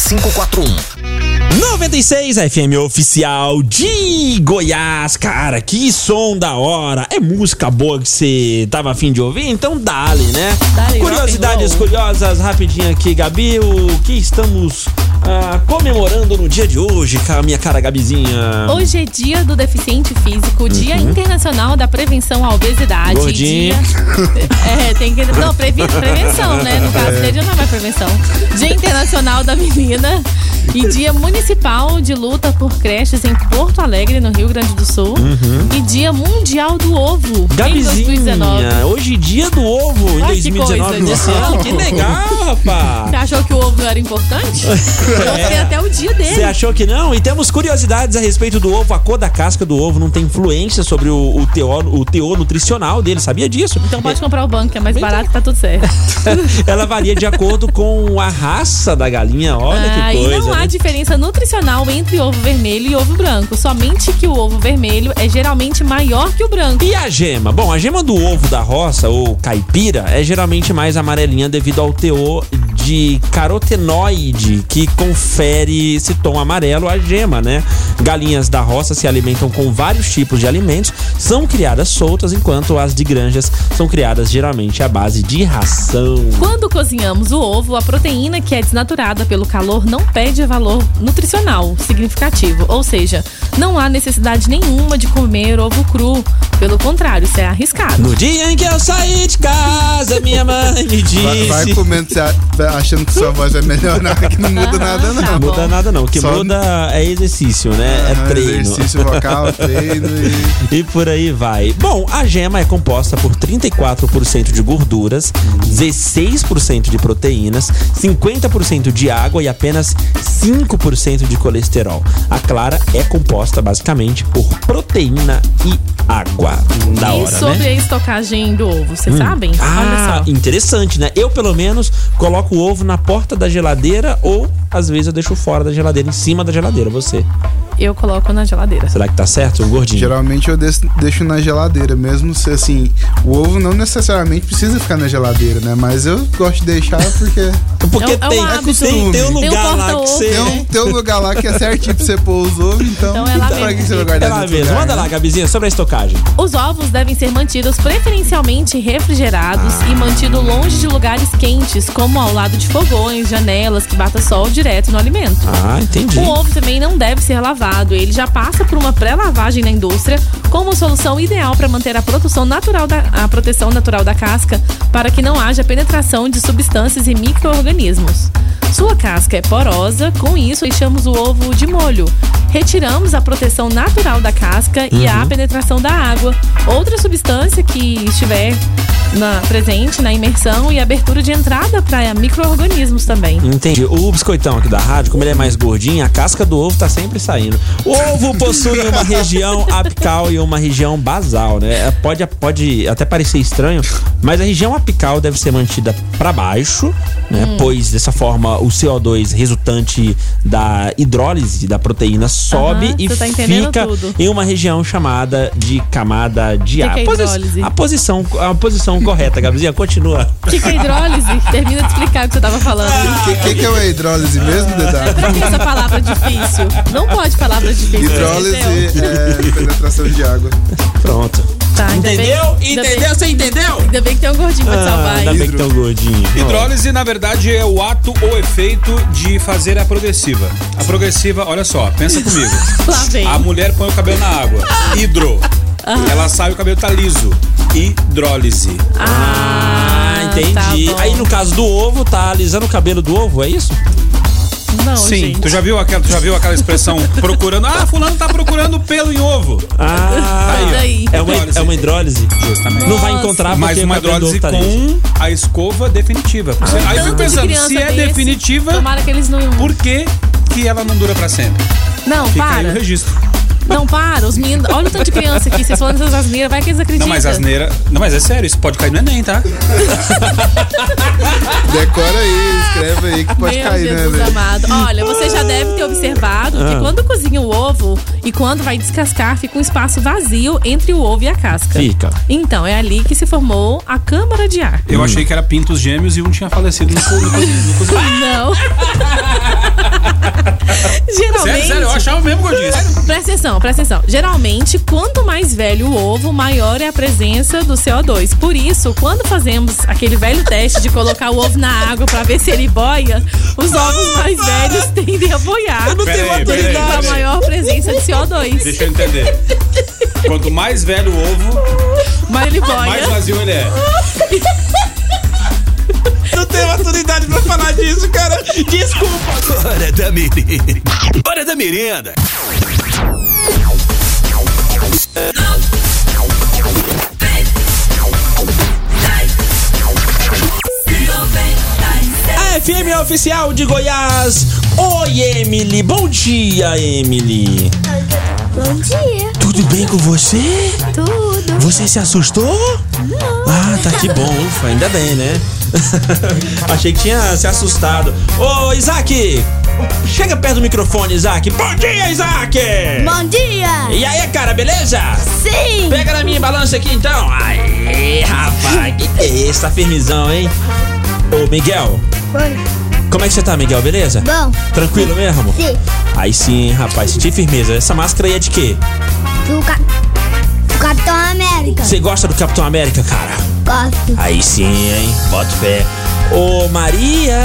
Speaker 1: ZYC541.
Speaker 4: 96 FM oficial de Goiás, cara, que som da hora. É música boa que você tava afim de ouvir, então dale, né?
Speaker 5: Dale,
Speaker 4: Curiosidades curiosas, rapidinho aqui, Gabi, o que estamos ah, comemorando no dia de hoje, com a minha cara Gabizinha?
Speaker 5: Hoje é dia do deficiente físico, dia
Speaker 4: Uhum.
Speaker 5: internacional da prevenção à obesidade.
Speaker 4: Gordinho.
Speaker 5: Dia... É, tem que. Não, previ... prevenção, né? No caso,
Speaker 4: É.
Speaker 5: seria não é prevenção. Dia internacional da menina. E dia municipal de luta por creches em Porto Alegre, no Rio Grande do Sul.
Speaker 4: Uhum.
Speaker 5: E dia mundial do ovo em 2019.
Speaker 4: Gabizinha, hoje dia do ovo em
Speaker 5: Ai, que
Speaker 4: 2019
Speaker 5: coisa,
Speaker 4: desse
Speaker 5: Eduardo.
Speaker 4: ano, que legal, rapaz.
Speaker 5: Você achou que o ovo não era importante? Eu sei até o dia dele.
Speaker 4: Você achou que não? E temos curiosidades a respeito do ovo. A cor da casca do ovo não tem influência sobre o, o, teor, o teor nutricional dele. Sabia disso?
Speaker 5: Então pode comprar o banco, que é mais barato, tá tudo certo.
Speaker 4: Ela varia de acordo com a raça da galinha. Olha
Speaker 5: Ah,
Speaker 4: que coisa.
Speaker 5: E não há
Speaker 4: né?
Speaker 5: diferença nutricional entre ovo vermelho e ovo branco. Somente que o ovo vermelho é geralmente maior que o branco.
Speaker 4: E a gema? Bom, a gema do ovo da roça, ou caipira, é geralmente mais amarelinha devido ao teor de carotenoide, que confere esse tom amarelo à gema, né? Galinhas da roça se alimentam com vários tipos de alimentos, são criadas soltas, enquanto as de granjas são criadas geralmente à base de ração.
Speaker 5: Quando cozinhamos o ovo, a proteína que é desnaturada pelo calor não perde valor nutricional significativo. Ou seja, não há necessidade nenhuma de comer ovo cru. Pelo contrário, isso é arriscado.
Speaker 4: No dia em que eu saí de casa, minha mãe me disse.
Speaker 6: Vai, vai comendo, você a- tá achando que sua voz vai melhorar, que né? não
Speaker 4: Ah,
Speaker 5: Ah,
Speaker 6: muda nada,
Speaker 5: tá
Speaker 6: não.
Speaker 4: Não muda nada, não. O que
Speaker 6: Só-
Speaker 4: muda é exercício, né?
Speaker 6: Aham,
Speaker 4: é treino.
Speaker 6: exercício vocal, treino
Speaker 4: e... por aí vai. Bom, a gema é composta por 34% de gorduras, 16% de proteínas, 50% de água e apenas 5% de colesterol. A clara é composta basicamente por proteína e água. Da
Speaker 5: e
Speaker 4: hora,
Speaker 5: sobre
Speaker 4: né?
Speaker 5: a estocagem do ovo, vocês
Speaker 4: Hum.
Speaker 5: sabem?
Speaker 4: Ah,
Speaker 5: Olha só.
Speaker 4: interessante, né? Eu, pelo menos, coloco o ovo na porta da geladeira ou, às vezes, eu deixo fora da geladeira, em cima da geladeira. Você,
Speaker 5: Eu coloco na geladeira.
Speaker 4: será que tá certo, seu gordinho?
Speaker 6: Geralmente eu des- deixo na geladeira, mesmo se assim, o ovo não necessariamente precisa ficar na geladeira, né? Mas eu gosto de deixar porque.
Speaker 4: Porque
Speaker 5: É um- é um tem- hábito.
Speaker 4: tem- tem um lugar Tem um lá
Speaker 5: que você-
Speaker 6: Tem um, tem um lugar lá que é certinho pra você pôr os ovos, então.
Speaker 5: Então é lá
Speaker 6: pra
Speaker 5: mesmo.
Speaker 6: que você vai guardar
Speaker 4: É lá
Speaker 6: nesse
Speaker 4: mesmo.
Speaker 6: lugar,
Speaker 4: Manda
Speaker 6: né?
Speaker 4: lá, Gabizinha, sobre a estocagem.
Speaker 5: Os ovos devem ser mantidos preferencialmente refrigerados e mantido longe de lugares quentes, como ao lado de fogões, janelas que bata sol direto no alimento.
Speaker 4: Ah, entendi.
Speaker 5: O ovo também não deve ser lavado, ele já passa por uma pré-lavagem na indústria como solução ideal para manter a produção natural da a proteção natural da casca para que não haja penetração de substâncias e micro-organismos. Sua casca é porosa, com isso deixamos o ovo de molho. Retiramos a proteção natural da casca e
Speaker 4: Uhum.
Speaker 5: a penetração da água. Outra substância que estiver na- presente na imersão e abertura de entrada para micro-organismos também.
Speaker 4: Entendi. O biscoitão aqui da rádio, como ele é mais gordinho, a casca do ovo tá sempre saindo. O ovo possui uma região apical e uma região basal, né? É, Pode, pode até parecer estranho, mas a região apical deve ser mantida para baixo, né?
Speaker 10: Hum.
Speaker 4: Pois dessa forma o CO2 resultante da hidrólise da proteína sobe
Speaker 5: Aham,
Speaker 4: e
Speaker 5: você tá entendendo
Speaker 4: fica
Speaker 5: tudo.
Speaker 4: em uma região chamada de camada de
Speaker 5: Que
Speaker 4: ar.
Speaker 5: que é
Speaker 4: Posi-
Speaker 5: hidrólise?
Speaker 4: a posição, a posição correta, Gabrizinha, continua.
Speaker 5: O que, que é hidrólise? Termina de explicar o que você tava falando.
Speaker 4: Ah.
Speaker 6: O que, que é uma hidrólise mesmo, Dedá?
Speaker 5: Pra que essa palavra difícil? Não pode palavra difícil. entendeu?
Speaker 6: Hidrólise é penetração de água.
Speaker 4: Pronto.
Speaker 5: Tá, ainda bem-
Speaker 8: Entendeu?
Speaker 5: ainda bem-
Speaker 8: Entendeu? Você entendeu?
Speaker 5: Ainda bem que tem um gordinho pra te salvar.
Speaker 4: ainda
Speaker 5: hein?
Speaker 4: bem que um- tão gordinho.
Speaker 8: Hidrólise, na verdade, é o ato ou efeito de fazer a progressiva. A progressiva, olha só, pensa comigo.
Speaker 5: Lá vem.
Speaker 8: A mulher põe o cabelo na água.
Speaker 5: Ah.
Speaker 8: Hidro. Ela sai, o cabelo tá liso. Hidrólise.
Speaker 4: Ah, entendi. Aí no caso do ovo, tá alisando o cabelo do ovo, é isso?
Speaker 5: Não,
Speaker 8: Sim,
Speaker 5: gente.
Speaker 8: tu já viu aquela, tu já viu aquela expressão procurando? Ah, fulano tá procurando pelo em ovo. Tá
Speaker 4: Ah,
Speaker 8: Aí, ó.
Speaker 4: é uma, é uma hidrólise? Justamente. Não vai encontrar porque
Speaker 8: mais
Speaker 4: o
Speaker 8: uma
Speaker 4: cabelo do
Speaker 8: hidrólise
Speaker 4: ovo tá liso.
Speaker 8: com a escova definitiva. Você- aí eu fico
Speaker 5: Ah. Tanto de
Speaker 8: pensando,
Speaker 5: criança
Speaker 8: se é
Speaker 5: desse,
Speaker 8: definitiva,
Speaker 5: Tomara que eles não.
Speaker 8: por que que ela não dura pra sempre?
Speaker 5: Não,
Speaker 8: Fica aí o
Speaker 5: para.
Speaker 8: registro.
Speaker 5: Não, para. Os meninos. Olha o tanto de criança aqui. Vocês falando essas asneiras, vai que eles acreditam.
Speaker 8: Não, mas asneira. Não, mas é sério, isso pode cair no Enem, tá?
Speaker 6: Decora aí, escreve
Speaker 8: Ah,
Speaker 6: aí que pode
Speaker 5: Meu
Speaker 6: cair,
Speaker 5: Jesus
Speaker 6: né, velho?
Speaker 5: amado. Olha, você já deve ter observado
Speaker 6: Ah.
Speaker 5: que quando cozinha o ovo e quando vai descascar, fica um espaço vazio entre o ovo e a casca.
Speaker 8: Fica. Hum.
Speaker 5: Então, é ali que se formou a câmara de ar.
Speaker 8: Eu achei que era pintos gêmeos e um tinha falecido no cu- no cu- no cu-
Speaker 5: Não. Geralmente.
Speaker 8: Sério, sério, eu achava mesmo, Gordinho. sério.
Speaker 5: Presta atenção, presta atenção. Geralmente, quanto mais velho o ovo, maior é a presença do CO2. Por isso, quando fazemos aquele velho teste de colocar o ovo na água pra ver se ele boia, os ovos mais velhos tendem a boiar.
Speaker 8: não tenho Peraí, peraí, maturidade.
Speaker 5: Com a
Speaker 8: peraí.
Speaker 5: maior presença de CO2.
Speaker 8: Deixa eu entender. Quanto mais velho o ovo,
Speaker 5: Mas ele boia.
Speaker 8: mais vazio ele é.
Speaker 4: Não tenho maturidade pra falar disso, cara. Desculpa.
Speaker 12: Hora da merenda. Hora da merenda.
Speaker 4: A FM é oficial de Goiás. Oi, Emily. Bom dia, Emily.
Speaker 15: Bom dia.
Speaker 4: Tudo bem com você?
Speaker 15: Tudo.
Speaker 4: Você se assustou? Ah, tá que bom, ufa, ainda bem, né? Achei que tinha se assustado. Ô, Isaac! Chega perto do microfone, Isaac. Bom dia, Isaac!
Speaker 15: Bom dia.
Speaker 4: E
Speaker 5: é
Speaker 4: aí, cara, beleza?
Speaker 15: Sim.
Speaker 4: Pega na minha balança aqui, então. Aê, rapaz, que que é isso? Tá firmezão, hein? Ô, Miguel,
Speaker 15: Oi.
Speaker 4: como é que você tá, Miguel? Beleza?
Speaker 15: Bom.
Speaker 4: Tranquilo mesmo?
Speaker 15: Sim.
Speaker 4: Aí sim, hein, rapaz, senti firmeza. Essa máscara aí é de quê?
Speaker 15: Do, ca... do Capitão América.
Speaker 4: Você gosta do Capitão América, cara?
Speaker 15: Gosto.
Speaker 4: Aí sim, hein? Bota fé. Ô, Maria!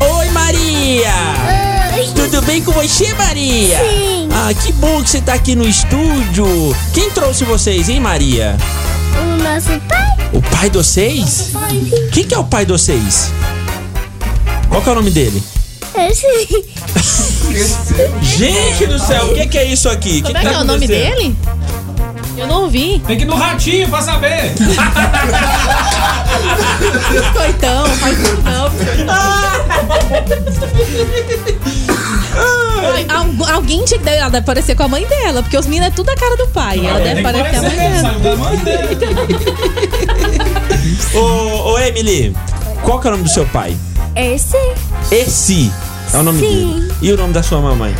Speaker 4: Oi, Maria! Tudo bem com você, Maria?
Speaker 15: Sim.
Speaker 4: Ah, que bom que você tá aqui no estúdio. Quem trouxe vocês, hein, Maria?
Speaker 15: O nosso pai.
Speaker 4: O pai de vocês? Quem que é o pai de vocês? Qual que é o nome dele?
Speaker 15: Esse.
Speaker 4: Gente do céu, o que que é isso aqui?
Speaker 5: Como é
Speaker 4: Que
Speaker 5: que
Speaker 4: tá
Speaker 5: é o nome
Speaker 4: acontecendo?
Speaker 5: dele? Eu não ouvi.
Speaker 8: Tem que ir no ratinho pra saber.
Speaker 5: Biscoitão, faz tudo não.
Speaker 8: Ah!
Speaker 5: Ai, algu- alguém tinha que dar- ela deve parecer com a mãe dela, porque os meninos é tudo a cara do pai.
Speaker 4: É,
Speaker 5: Ela deve parecer a mãe dela.
Speaker 4: né? Ô, ô, Emily, qual que é o nome do seu pai?
Speaker 15: Esse.
Speaker 4: Esse é o nome
Speaker 15: Sim.
Speaker 4: dele. E o nome da sua mamãe?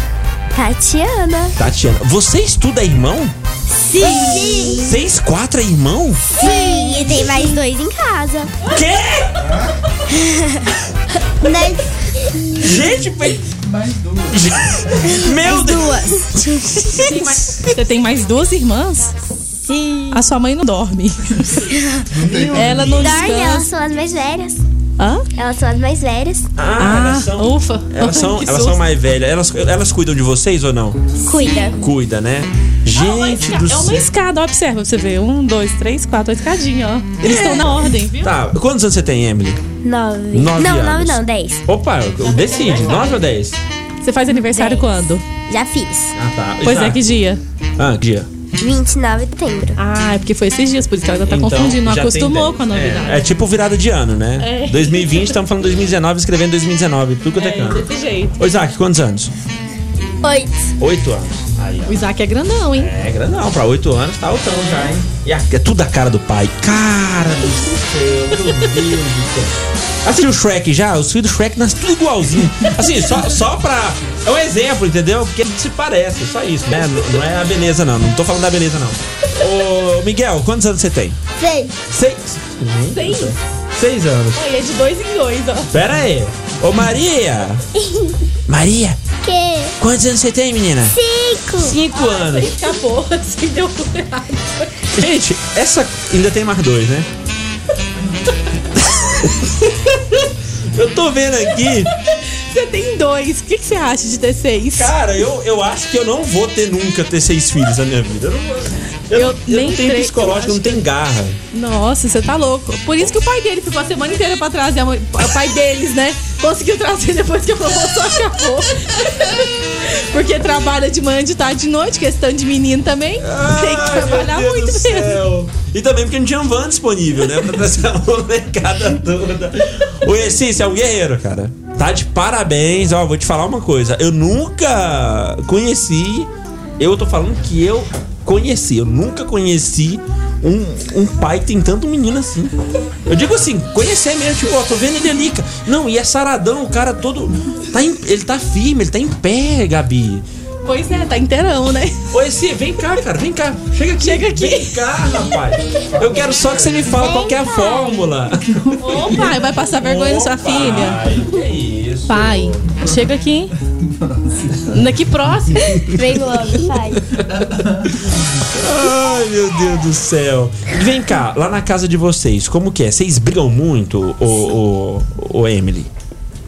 Speaker 15: Tatiana.
Speaker 4: Tatiana. Você estuda irmão?
Speaker 15: Sim.
Speaker 4: Vocês quatro é irmão?
Speaker 15: Sim, e tem mais dois em casa. Quê?
Speaker 4: Gente, foi...
Speaker 15: Mais
Speaker 4: duas. Meu
Speaker 15: Deus.
Speaker 5: Tem mais- Você tem mais duas irmãs?
Speaker 15: Sim.
Speaker 5: A sua mãe não dorme. Ela não
Speaker 15: Dorme, elas
Speaker 5: descansa.
Speaker 15: são as mais velhas.
Speaker 5: Hã?
Speaker 15: Elas são as mais velhas.
Speaker 4: Ah, elas são...
Speaker 5: Ufa.
Speaker 4: Elas são,
Speaker 5: Que
Speaker 4: elas são
Speaker 5: susto.
Speaker 4: mais velhas. Elas, elas cuidam de vocês ou não?
Speaker 15: Cuida.
Speaker 4: Cuida, né? Gente do
Speaker 5: É uma
Speaker 4: céu.
Speaker 5: escada, ó, observa pra você ver. Um, dois, três, quatro, uma escadinha, ó. Eles estão na ordem, viu?
Speaker 4: Tá, quantos anos você tem, Emily?
Speaker 15: Nove.
Speaker 4: Nove
Speaker 15: não, nove
Speaker 4: anos.
Speaker 15: não, dez.
Speaker 4: Opa, decide. Nove ou dez?
Speaker 5: Você faz aniversário quando?
Speaker 15: Já fiz.
Speaker 4: Ah, tá.
Speaker 5: Pois
Speaker 4: Já.
Speaker 5: é, que dia?
Speaker 4: Ah, que dia?
Speaker 15: 29 de setembro.
Speaker 5: Ah, é porque foi esses dias, por isso que ela tá
Speaker 4: Então,
Speaker 5: confundindo, não
Speaker 4: já tem
Speaker 5: acostumou
Speaker 4: ideia.
Speaker 5: com a novidade.
Speaker 4: É tipo virada de ano, né?
Speaker 5: É.
Speaker 4: 2020, estamos falando 2019, escrevendo 2019. Tudo quanto é,
Speaker 5: É,
Speaker 4: canto.
Speaker 5: desse jeito.
Speaker 4: Ô, Isaac, quantos anos?
Speaker 15: Oito.
Speaker 4: Oito anos. Aí, ó.
Speaker 5: O Isaac é grandão, hein?
Speaker 4: É grandão, pra oito anos tá altão já, hein? E a- é tudo a cara do pai. Cara do céu, meu Deus do céu. Assistiu o Shrek já? Os filhos do Shrek nascem tudo igualzinho. Assim, só, só pra. É um exemplo, entendeu? Porque eles se parecem, só isso, né? Não- Não é a beleza, não. Não tô falando da beleza, não. Ô, Miguel, quantos anos você tem?
Speaker 15: Sei.
Speaker 4: Seis.
Speaker 5: Seis.
Speaker 4: Seis anos.
Speaker 5: Olha, é de dois em dois, ó.
Speaker 4: Pera aí. Ô, Maria! Maria,
Speaker 15: Que?
Speaker 4: quantos anos você tem, menina?
Speaker 15: Cinco.
Speaker 4: Cinco anos.
Speaker 5: Acabou, assim deu errado.
Speaker 4: Gente, essa ainda tem mais dois, né? eu tô vendo aqui.
Speaker 5: Você tem dois. O que, que você acha de ter seis?
Speaker 4: Cara, eu, eu acho que eu não vou ter nunca ter seis filhos na minha vida. Eu não, eu, não- eu
Speaker 5: nem
Speaker 4: não tenho
Speaker 5: creio,
Speaker 4: psicológico, eu não tenho garra.
Speaker 5: Nossa, você tá louco. Por isso que o pai dele ficou a semana inteira pra trazer. a mãe- O pai deles, né? Conseguiu trazer depois que a promoção acabou. Porque trabalha de manhã, de tarde, de noite. Questão de menino também. Tem que trabalhar
Speaker 4: Meu Deus
Speaker 5: muito
Speaker 4: do
Speaker 5: mesmo.
Speaker 4: céu. E também porque não tinha van disponível, né? Pra trazer a molecada toda. O Essi, você é um guerreiro, cara. Tá de parabéns. Ó, vou te falar uma coisa. Eu nunca conheci. Eu tô falando que eu conheci. Eu nunca conheci um, um pai que tem tanto menino assim. Eu digo assim, conhecer mesmo. Tipo, ó, tô vendo ele ali. cara. Não, e é saradão. O cara todo. Tá em- ele tá firme, ele tá em pé, Gabi.
Speaker 5: Pois é, tá inteirão, né?
Speaker 4: Ô, Essi, vem cá, cara, vem cá. Chega aqui.
Speaker 5: Chega aqui.
Speaker 4: Vem cá, rapaz. Eu quero só que você me fala qual que é a fórmula.
Speaker 5: Ô, pai, vai passar vergonha na sua filha. Pai, chega aqui. Daqui próximo.
Speaker 15: Vem logo, pai.
Speaker 4: Ai, meu Deus do céu. Vem cá, lá na casa de vocês, como que é? Vocês brigam muito, ô, ô, ô Emily?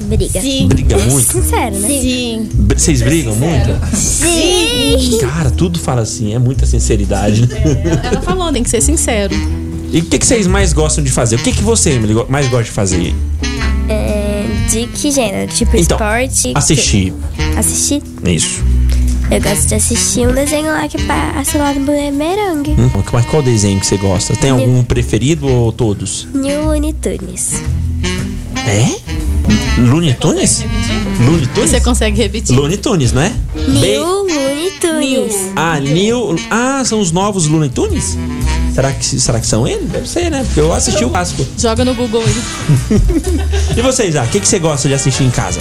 Speaker 15: Briga. Sim.
Speaker 4: Briga muito?
Speaker 15: Sincero, né? Sim.
Speaker 4: Br- Vocês brigam muito?
Speaker 15: Sim.
Speaker 4: Cara, tudo fala assim, é muita sinceridade. né?
Speaker 5: Ela falou, tem que ser sincero.
Speaker 4: E o que, que vocês mais gostam de fazer? O que, que você, Emily, go- mais gosta de fazer?
Speaker 15: É, de que gênero? Tipo
Speaker 4: Então,
Speaker 15: esporte?
Speaker 4: Assistir.
Speaker 15: que- Assistir?
Speaker 4: Isso.
Speaker 15: Eu gosto de assistir um desenho lá que passa lá do Bumerangue.
Speaker 4: Hum, Mas qual desenho que você gosta? Tem algum preferido ou todos?
Speaker 15: New Looney Tunes.
Speaker 4: É? Looney Tunes? Looney Tunes?
Speaker 5: Você consegue repetir?
Speaker 4: Looney Tunes, não é?
Speaker 15: New Looney Tunes.
Speaker 4: Ah, New... Ah, são os novos Looney Tunes? Será que, será que são eles? Deve ser, né? Porque eu assisti o clássico.
Speaker 5: Joga no Google aí.
Speaker 4: E vocês, ah, o que, que você gosta de assistir em casa?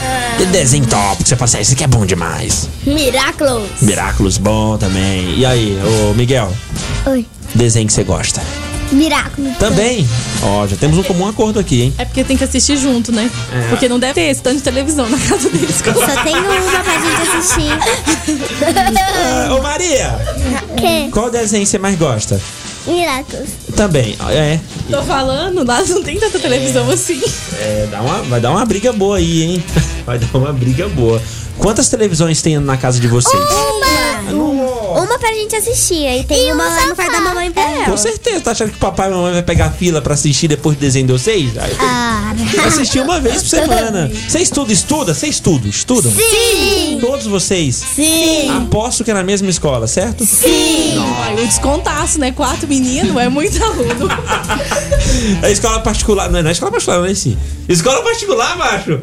Speaker 15: Ah.
Speaker 4: Que desenho top que você fala assim, "Ah, isso aqui é bom demais.
Speaker 15: Miraculous.
Speaker 4: Miraculous bom também. E aí, ô Miguel,
Speaker 15: Oi.
Speaker 4: desenho que você gosta?
Speaker 15: Miraculous.
Speaker 4: Também. Ó, já temos um comum acordo aqui, hein?
Speaker 5: É porque tem que assistir junto, né?
Speaker 4: É.
Speaker 5: Porque não deve ter esse tanto de televisão na casa deles.
Speaker 15: Só tem uma pra gente
Speaker 4: Ah, ô
Speaker 15: assistir.
Speaker 4: Maria,
Speaker 15: que?
Speaker 4: qual desenho você mais gosta?
Speaker 15: Miraculous.
Speaker 4: Também, é.
Speaker 5: Tô falando, lá não tem tanta televisão assim.
Speaker 4: É, dá uma, vai dar uma briga boa aí, hein? Vai dar uma briga boa. Quantas televisões tem na casa de vocês?
Speaker 15: Uma. Uma pra gente assistir. Aí tem uma lá no quarto da mamãe pra ela.
Speaker 4: Com certeza, tá achando que papai e mamãe vai pegar fila pra assistir depois do desenho de vocês? Aí,
Speaker 15: Ah.
Speaker 4: Assistir uma vez por semana. Vocês tudo estuda? Vocês tudo estudam?
Speaker 15: Sim.
Speaker 4: Todos vocês?
Speaker 15: Sim.
Speaker 4: Aposto que é na mesma escola, certo?
Speaker 15: Sim.
Speaker 5: Ai, o descontaço, né? Quatro meninos é muito aluno.
Speaker 4: É escola particular. Não é, não é escola particular, não é sim. Escola particular, macho?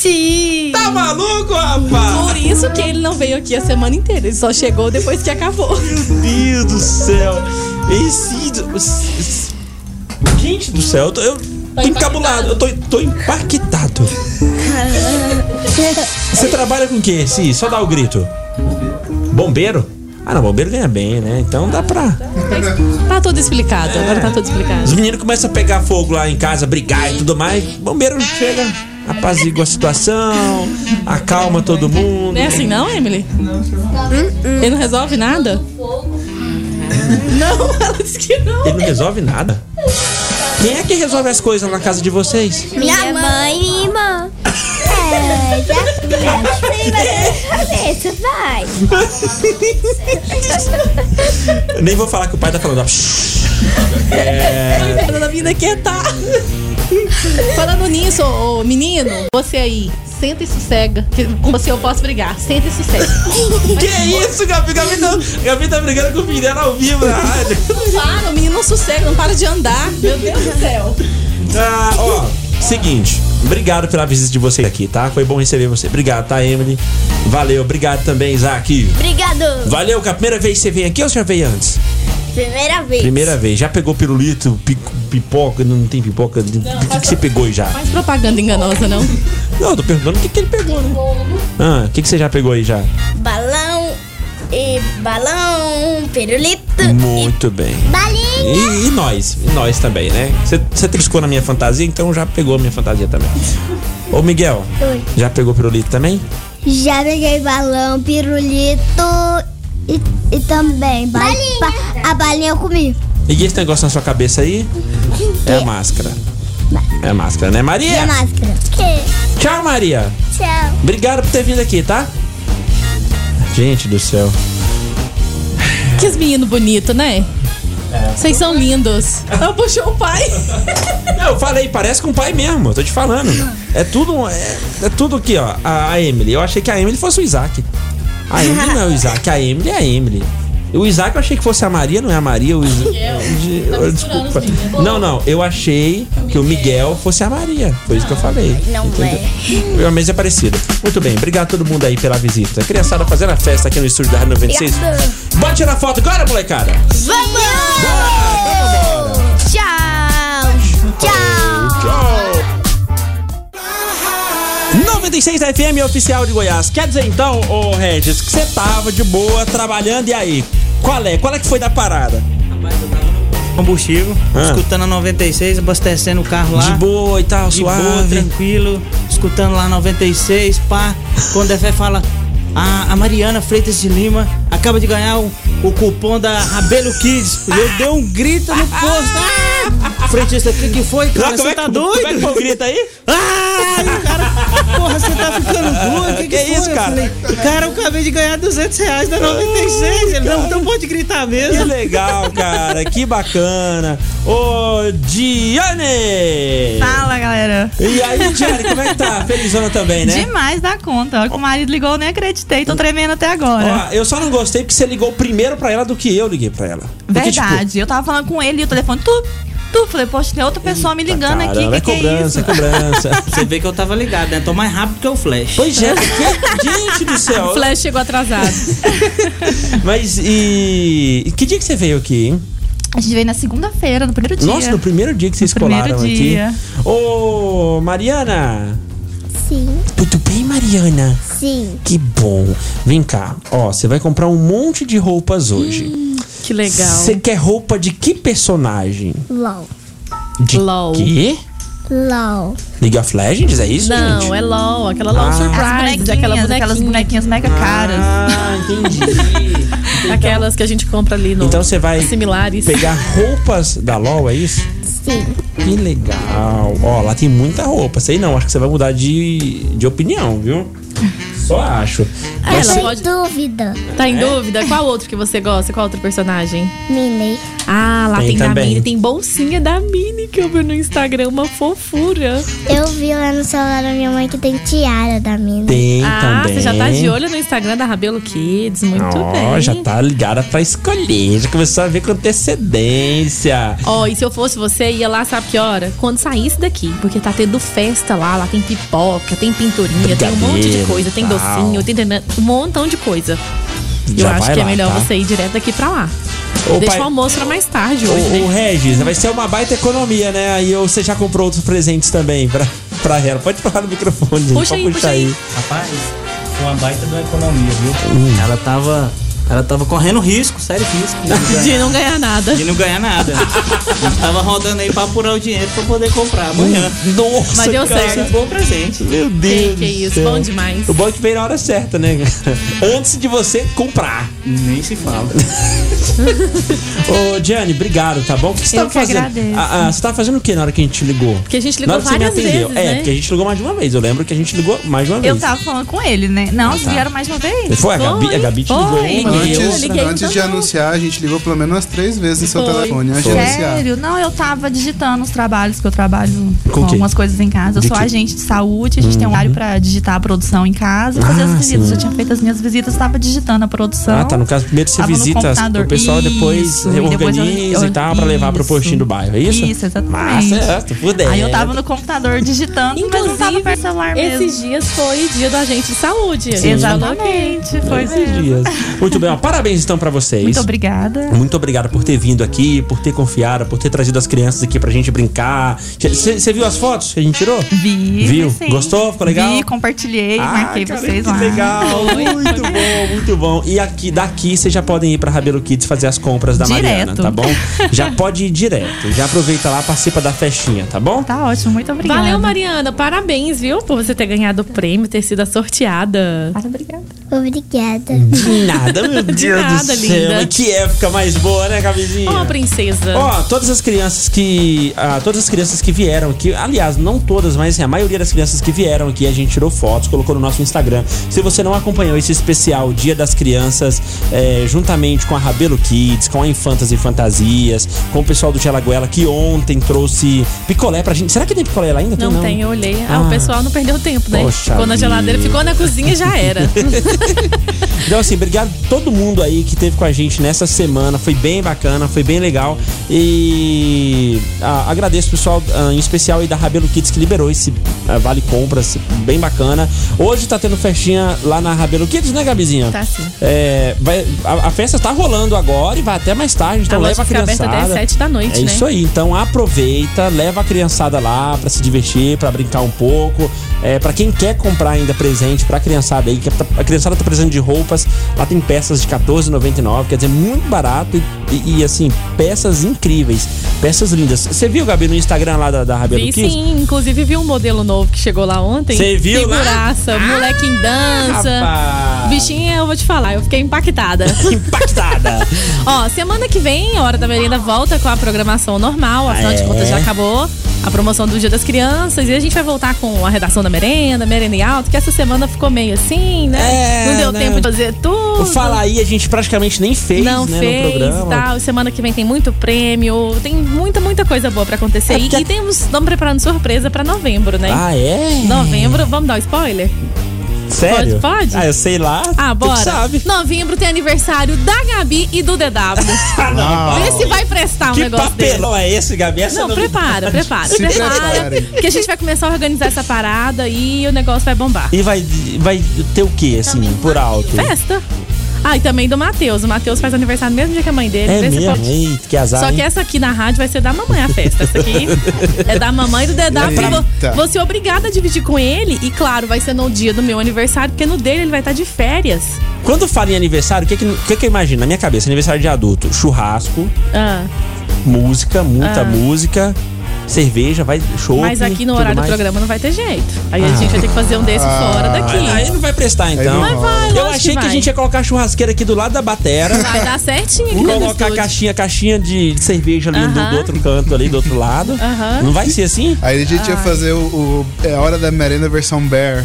Speaker 5: Sim.
Speaker 4: Tá maluco, rapaz?
Speaker 5: Por isso que ele não veio aqui a semana inteira. Ele só chegou depois que acabou.
Speaker 4: Meu Deus do céu. Esse. do- s- s- Gente do céu, eu tô, eu tô encabulado, eu tô, tô impactado. Você trabalha com o quê? Si? Só dá o grito. Bombeiro? Ah, não, bombeiro ganha bem, né? Então dá pra.
Speaker 5: Tá tudo explicado. Agora tá tudo explicado.
Speaker 4: Os meninos começam a pegar fogo lá em casa, brigar e tudo mais. Bombeiro chega, apazigua a situação, acalma todo mundo.
Speaker 5: Não é assim não, Emily? Não, Ele não resolve nada? Não, ela disse que não.
Speaker 4: Ele não resolve nada. Quem é que resolve as coisas na casa de vocês?
Speaker 15: Minha mãe e minha irmã. É, já sei, mas na cabeça, vai.
Speaker 4: Eu nem vou falar que o pai tá falando. ó. É...
Speaker 5: Coitada da vida que tá. Falando nisso, ô, ô, menino, você aí, senta e sossega. Que Com você eu posso brigar, senta e sossega.
Speaker 4: Que isso, Gabi? Gabi, tá, Gabi tá brigando com o filho dela ao vivo na rádio.
Speaker 5: Não para, o menino não sossega, não para de andar. Meu Deus do céu.
Speaker 4: Ah, ó, seguinte. Obrigado pela visita de vocês aqui, tá? Foi bom receber você. Obrigado, tá, Emily? Valeu. Obrigado também, Isaac.
Speaker 15: Obrigado.
Speaker 4: Valeu, que a primeira vez que você vem aqui ou você já veio antes?
Speaker 15: Primeira vez.
Speaker 4: Primeira vez. Já pegou pirulito, pico- pipoca? Não tem pipoca? O que, que você pegou já?
Speaker 5: Tá. Faz propaganda enganosa, não.
Speaker 4: Não, eu tô perguntando o que, que ele pegou, né? Ah, o que, que você já pegou aí já?
Speaker 15: Balão e balão, pirulito.
Speaker 4: Muito bem.
Speaker 15: Balinha.
Speaker 4: E, e nós, e nós também, né? Você- Você triscou na minha fantasia, então já pegou a minha fantasia também. Ô Miguel,
Speaker 15: Oi.
Speaker 4: já pegou pirulito também?
Speaker 15: Já peguei balão, pirulito e, e também ba- ba- a balinha eu comi.
Speaker 4: E esse negócio na sua cabeça aí? É a máscara. É a máscara, né,
Speaker 15: E a
Speaker 4: Maria?
Speaker 15: máscara. Que?
Speaker 4: Tchau, Maria.
Speaker 15: Tchau.
Speaker 4: Obrigado por ter vindo aqui, tá? Gente do céu.
Speaker 5: Que menino bonito, né? Vocês são lindos. Ela puxou o pai.
Speaker 4: Não, eu falei, parece com o pai mesmo, eu tô te falando. É tudo. É, é tudo aqui, ó. A, a Emily. Eu achei que a Emily fosse o Isaac. A Emily não é o Isaac, a Emily é a Emily. O Isaac eu achei que fosse a Maria, não é a Maria. O Isa... De- eu- desculpa.
Speaker 10: né?
Speaker 4: Não, não, eu achei que o Miguel fosse a Maria. Foi isso que eu falei.
Speaker 15: Não
Speaker 4: é. A mesa é parecida. Muito bem, obrigado a todo mundo aí pela visita. Criançada fazendo a festa aqui no estúdio da Rádio 96. Bora tirar foto agora, molecada!
Speaker 15: Vamos! Tchau. Tchau.
Speaker 4: Tchau! 96 FM é oficial de Goiás. Quer dizer então, ô Regis, que você tava de boa trabalhando e aí? Qual é? Qual é que foi da parada?
Speaker 16: combustível,
Speaker 4: Ah.
Speaker 16: escutando a 96, abastecendo o carro lá.
Speaker 4: De boa e tal,
Speaker 16: de
Speaker 4: suave.
Speaker 16: boa, tranquilo, escutando lá 96, pá. Quando a Fé fala, a, a Mariana Freitas de Lima acaba de ganhar o, o cupom da Rabelo Kids. Eu dei um grito no posto. Ah! Frentista, o que, que foi, cara?
Speaker 4: Lá, como
Speaker 16: você
Speaker 4: é
Speaker 16: tá
Speaker 4: que-
Speaker 16: doido?
Speaker 4: como é que foi o grito aí?
Speaker 16: Ah, cara, porra, você tá ficando doido. Que, que,
Speaker 4: Que
Speaker 16: foi?
Speaker 4: isso,
Speaker 16: Eu
Speaker 4: cara?
Speaker 16: falei, cara, eu acabei de ganhar 200 reais da 96. Ele, não, então pode gritar mesmo.
Speaker 4: Que legal, cara, que bacana. Ô, Diane!
Speaker 17: Fala, galera.
Speaker 4: E aí, Diane, como é que tá? Felizona também, né?
Speaker 17: Demais da conta. A hora que o marido ligou, eu nem acreditei. Tô tremendo até agora.
Speaker 4: Ó, eu só não gostei porque você ligou primeiro pra ela do que eu liguei pra ela. Porque, tipo,
Speaker 17: Verdade. eu tava falando com ele e o telefone, tu, tu. Falei, poxa, tem outra pessoa me ligando aqui.
Speaker 4: caramba,
Speaker 17: Que que
Speaker 4: é
Speaker 17: é
Speaker 4: cobrança,
Speaker 17: isso?
Speaker 4: é cobrança.
Speaker 16: Você vê que eu tava ligado, né? Tô mais rápido que o Flash.
Speaker 4: Pois é, porque, gente do céu.
Speaker 5: O Flash chegou atrasado.
Speaker 4: Mas e. e Que dia que você veio aqui, hein?
Speaker 17: A gente veio na segunda-feira, no primeiro dia.
Speaker 4: Nossa, no primeiro dia que vocês
Speaker 17: primeiro
Speaker 4: colaram
Speaker 17: dia.
Speaker 4: aqui. Ô, Mariana!
Speaker 15: Sim,
Speaker 4: Tudo bem, Mariana?
Speaker 15: sim.
Speaker 4: Que bom. Vem cá, ó, você vai comprar um monte de roupas
Speaker 17: Hum,
Speaker 4: hoje.
Speaker 5: Que legal.
Speaker 4: Você quer roupa de que personagem?
Speaker 15: LOL.
Speaker 4: De quê?
Speaker 15: LOL.
Speaker 4: League of Legends, é isso,
Speaker 5: Não,
Speaker 4: gente?
Speaker 5: é LOL, aquela LOL
Speaker 4: Ah.
Speaker 5: Surprise,
Speaker 17: As
Speaker 5: aquela
Speaker 17: bonequinhas, aquelas bonequinhas mega caras.
Speaker 4: Ah, entendi.
Speaker 5: Aquelas que a gente compra ali no
Speaker 4: Então você
Speaker 5: É
Speaker 4: vai
Speaker 5: similares.
Speaker 4: pegar roupas da LOL, é isso?
Speaker 15: Sim.
Speaker 4: Que legal. Ó, lá tem muita roupa. Sei não, acho que você vai mudar de, de opinião, viu? Só acho. Mas
Speaker 5: Ah, Ela
Speaker 4: você-
Speaker 5: pode...
Speaker 15: dúvida.
Speaker 5: Tá em
Speaker 4: É?
Speaker 5: dúvida? Qual outro que você gosta? Qual outro personagem?
Speaker 15: Minnie.
Speaker 5: Ah, lá
Speaker 4: Tem
Speaker 5: tem, da
Speaker 4: também.
Speaker 5: Mini, tem bolsinha da Mini que eu vi no Instagram, uma fofura.
Speaker 15: Eu vi lá no celular da minha mãe que tem tiara da mina.
Speaker 4: Tem
Speaker 5: ah,
Speaker 4: também.
Speaker 5: você já tá de olho no Instagram da Rabelo Kids, muito
Speaker 4: Ó,
Speaker 5: bem.
Speaker 4: já tá ligada pra escolher. Já começou a ver com antecedência.
Speaker 5: Ó, e se eu fosse você, ia lá, sabe que hora? Quando saísse daqui, porque tá tendo festa lá, lá tem pipoca, tem pinturinha, tem um monte de
Speaker 4: Brigadeiro,
Speaker 5: coisa, tem
Speaker 4: tal.
Speaker 5: docinho, tem tanã, um montão de coisa.
Speaker 4: Já
Speaker 5: eu acho
Speaker 4: vai
Speaker 5: que é
Speaker 4: lá,
Speaker 5: melhor
Speaker 4: tá?
Speaker 5: você ir direto daqui pra lá.
Speaker 4: Ô,
Speaker 5: Deixa
Speaker 4: pai-
Speaker 5: o almoço pra mais tarde hoje, né?
Speaker 4: Ô, ô, Regis, vai ser uma baita economia, né? Aí eu- você já comprou outros presentes também pra, pra ela. Pode falar no microfone, gente.
Speaker 5: Puxa
Speaker 4: pode
Speaker 5: aí, puxa aí.
Speaker 16: Rapaz, foi uma baita da economia, viu? Hum, Ela tava. Ela tava correndo risco, sério risco.
Speaker 5: De não ganhar nada.
Speaker 16: né? De não ganhar nada. A gente tava rodando aí pra apurar o dinheiro pra poder comprar amanhã.
Speaker 4: Nossa,
Speaker 5: Mas deu cara. certo.
Speaker 4: é
Speaker 16: Esse bom presente.
Speaker 4: Meu Deus.
Speaker 5: Que- que
Speaker 4: do
Speaker 5: isso,
Speaker 4: céu.
Speaker 5: bom demais.
Speaker 4: O bom é que veio na hora certa, né? Antes de você comprar.
Speaker 16: Nem se fala.
Speaker 4: Ô, Gianni, obrigado, tá bom? O que você
Speaker 5: Eu
Speaker 4: tava
Speaker 5: que
Speaker 4: fazendo?
Speaker 5: agradeço.
Speaker 4: Ah, ah, você tava fazendo o que na hora que a gente ligou?
Speaker 5: Porque a gente
Speaker 4: na
Speaker 5: ligou
Speaker 4: hora que você me
Speaker 5: várias
Speaker 4: atendeu.
Speaker 5: vezes,
Speaker 4: é,
Speaker 5: né?
Speaker 4: porque a gente ligou mais de uma vez. Eu lembro que a gente ligou mais de uma
Speaker 17: Eu
Speaker 4: vez.
Speaker 17: tava falando com ele, né? Não,
Speaker 4: Ah,
Speaker 17: eles
Speaker 4: tá.
Speaker 17: vieram mais uma vez.
Speaker 4: Foi, a Gabi, a Gabi te ligou né?
Speaker 17: Foi.
Speaker 4: uma
Speaker 6: antes,
Speaker 17: Eu liguei
Speaker 6: antes de
Speaker 17: então, não.
Speaker 6: anunciar, a gente ligou pelo menos umas três vezes no seu
Speaker 17: Foi.
Speaker 6: telefone é antes de anunciar.
Speaker 17: Sério? Não, eu tava digitando os trabalhos, que eu trabalho
Speaker 6: Com
Speaker 17: com,
Speaker 6: o quê?
Speaker 17: algumas coisas em casa. Eu
Speaker 6: De
Speaker 17: sou
Speaker 6: quê?
Speaker 17: agente de saúde, a gente tem um
Speaker 4: Uhum.
Speaker 17: horário pra digitar a produção em casa, fazer
Speaker 4: Ah,
Speaker 17: as visitas.
Speaker 4: sim.
Speaker 17: Eu tinha feito as minhas visitas, tava digitando a produção.
Speaker 4: Ah, tá. No caso, primeiro você
Speaker 17: Tava no
Speaker 4: visita as-
Speaker 17: computador.
Speaker 4: o pessoal, depois
Speaker 17: Isso, e depois eu-
Speaker 4: organiza
Speaker 17: eu-
Speaker 4: e tal, pra levar pro postinho do bairro, é isso?
Speaker 17: Isso, exatamente.
Speaker 4: Massa, é, tô fudendo.
Speaker 17: Aí eu tava no computador digitando, mas não tava perto do celular mesmo.
Speaker 5: Esses dias foi o dia do agente de saúde.
Speaker 4: Sim.
Speaker 17: Exatamente, foi
Speaker 4: Esses
Speaker 17: mesmo.
Speaker 4: dias. Muito bem, ó, parabéns então pra vocês.
Speaker 17: é. Muito obrigada.
Speaker 4: Muito obrigado por ter vindo aqui, por ter confiado, por ter trazido as crianças aqui pra gente brincar. Você viu as fotos que a gente tirou?
Speaker 17: Vi.
Speaker 4: Viu?
Speaker 17: sim.
Speaker 4: Gostou? Ficou legal?
Speaker 17: Vi, compartilhei,
Speaker 4: Ah,
Speaker 17: marquei
Speaker 4: cara,
Speaker 17: vocês
Speaker 4: que
Speaker 17: lá.
Speaker 4: legal.
Speaker 17: Foi.
Speaker 4: Muito bom, muito bom. E aqui, daqui, vocês já podem ir pra Rabelo Kids fazer as compras da Mariana,
Speaker 17: Direto.
Speaker 4: tá bom? Já pode ir direto. Já aproveita lá, participa da festinha, tá bom?
Speaker 17: Tá ótimo, muito obrigada.
Speaker 5: Valeu, Mariana. Parabéns, viu? Por você ter ganhado o prêmio, ter sido a sorteada.
Speaker 17: obrigada.
Speaker 15: Obrigada.
Speaker 4: De nada, meu Deus do
Speaker 5: nada,
Speaker 4: céu.
Speaker 5: linda.
Speaker 4: mas Que época mais boa, né, Camisinha?
Speaker 5: Ó, princesa.
Speaker 4: Ó, todas as crianças que. ah, todas as crianças que vieram aqui, aliás, não todas, mas a maioria das crianças que vieram aqui, a gente tirou fotos, colocou no nosso Instagram. Se você não acompanhou esse especial Dia das Crianças, eh, juntamente com a Rabelo Kids, com a Infantas e Fantasias, com o pessoal do Tialaguela, que ontem trouxe picolé pra gente. Será que tem picolé lá ainda?
Speaker 5: Não, tem, eu olhei. Ah,
Speaker 4: Ah.
Speaker 5: o pessoal não perdeu tempo, né?
Speaker 4: Poxa
Speaker 5: ficou na
Speaker 4: vida.
Speaker 5: geladeira, ficou na cozinha e já era. Tá
Speaker 4: Então, assim, obrigado a todo mundo aí que teve com a gente nessa semana. Foi bem bacana, foi bem legal. E ah, agradeço o pessoal, ah, em especial aí da Rabelo Kids, que liberou esse ah, Vale Compras, bem bacana. Hoje tá tendo festinha lá na Rabelo Kids, né, Gabizinha?
Speaker 5: Tá sim.
Speaker 4: É, vai- a, a festa tá rolando agora e vai até mais tarde, então
Speaker 5: A loja
Speaker 4: leva a
Speaker 5: fica aberta
Speaker 4: criançada.
Speaker 5: até sete da noite,
Speaker 4: é
Speaker 5: né?
Speaker 4: isso aí, então aproveita, leva a criançada lá pra se divertir, pra brincar um pouco. É, para quem quer comprar ainda presente pra criançada aí, que a- a criançada tá precisando de roupas, lá tem peças de R$14,99, quer dizer, muito barato e, e, e, assim, peças incríveis, peças lindas. Você viu, Gabi, no Instagram lá da, da Rabelo
Speaker 5: Vi
Speaker 4: Kids?
Speaker 5: sim, inclusive vi um modelo novo que chegou lá ontem.
Speaker 4: Cê viu lá? Ah,
Speaker 5: Figuraça, moleque em dança.
Speaker 4: rapaz.
Speaker 5: Bichinha, eu vou te falar, eu fiquei impactada.
Speaker 4: impactada.
Speaker 5: Ó, semana que vem, a Hora da Merenda volta com a programação normal, afinal
Speaker 4: Ah,
Speaker 5: de
Speaker 4: é?
Speaker 5: contas já acabou. A promoção do Dia das Crianças e a gente vai voltar com a redação da merenda, merenda em alto, que essa semana ficou meio assim, né?
Speaker 4: É,
Speaker 5: não deu
Speaker 4: né?
Speaker 5: tempo de fazer tudo.
Speaker 4: O Fala aí, a gente praticamente nem fez,
Speaker 5: não
Speaker 4: né, no
Speaker 5: fez tá.
Speaker 4: programa.
Speaker 5: e tal. Semana que vem tem muito prêmio, tem muita, muita coisa boa pra acontecer. E- E temos, estamos preparando surpresa pra novembro, né?
Speaker 4: É, Ah, é?
Speaker 5: Novembro, vamos dar um spoiler?
Speaker 4: Sério?
Speaker 5: Pode, pode?
Speaker 4: Ah, eu sei lá.
Speaker 5: Ah,
Speaker 4: tu que
Speaker 5: bora.
Speaker 4: sabe.
Speaker 5: Novembro tem aniversário da Gabi e do DW.
Speaker 4: Ah, não.
Speaker 5: Vê se vai prestar um
Speaker 4: que
Speaker 5: negócio
Speaker 4: papelão é esse, Gabi? Essa
Speaker 5: não, prepara, prepara,
Speaker 4: Se
Speaker 5: prepara.
Speaker 4: preparem.
Speaker 5: Que a gente vai começar a organizar essa parada e o negócio vai bombar.
Speaker 4: E vai, vai ter o que, assim, por alto?
Speaker 5: Festa. Ah, e também do Matheus. O Matheus faz aniversário no mesmo dia que a mãe dele.
Speaker 4: É
Speaker 5: Vê se
Speaker 4: mesmo,
Speaker 5: pode-
Speaker 4: hein? Que azar,
Speaker 5: Só que
Speaker 4: hein?
Speaker 5: essa aqui na rádio vai ser da mamãe a festa. Essa aqui é da mamãe e do Dedá. porque vo-
Speaker 4: Eita.
Speaker 5: Você é obrigada a dividir com ele. E claro, vai ser no dia do meu aniversário, porque no dele ele vai estar de férias.
Speaker 4: Quando fala em aniversário, o que que, o que que eu imagino? Na minha cabeça, aniversário de adulto, churrasco,
Speaker 5: Ah,
Speaker 4: música, muita
Speaker 5: Ah.
Speaker 4: música, cerveja, vai show.
Speaker 5: mas aqui no horário do programa não vai ter jeito. Aí a
Speaker 4: Ah.
Speaker 5: gente vai ter que fazer um desse fora daqui.
Speaker 4: Aí não vai prestar, então.
Speaker 5: Mas vai,
Speaker 4: eu
Speaker 5: lógico que
Speaker 4: achei que, a
Speaker 5: vai.
Speaker 4: gente ia colocar a churrasqueira aqui do lado da batera.
Speaker 5: Vai dar certinho aqui dentro do
Speaker 4: Colocar a
Speaker 5: estúdio.
Speaker 4: caixinha, caixinha de cerveja ali do,
Speaker 5: Aham.
Speaker 4: do outro canto, ali do outro lado.
Speaker 5: Aham.
Speaker 4: Não vai ser assim?
Speaker 6: Aí a gente ia fazer o, o- é a hora da merenda versão bear.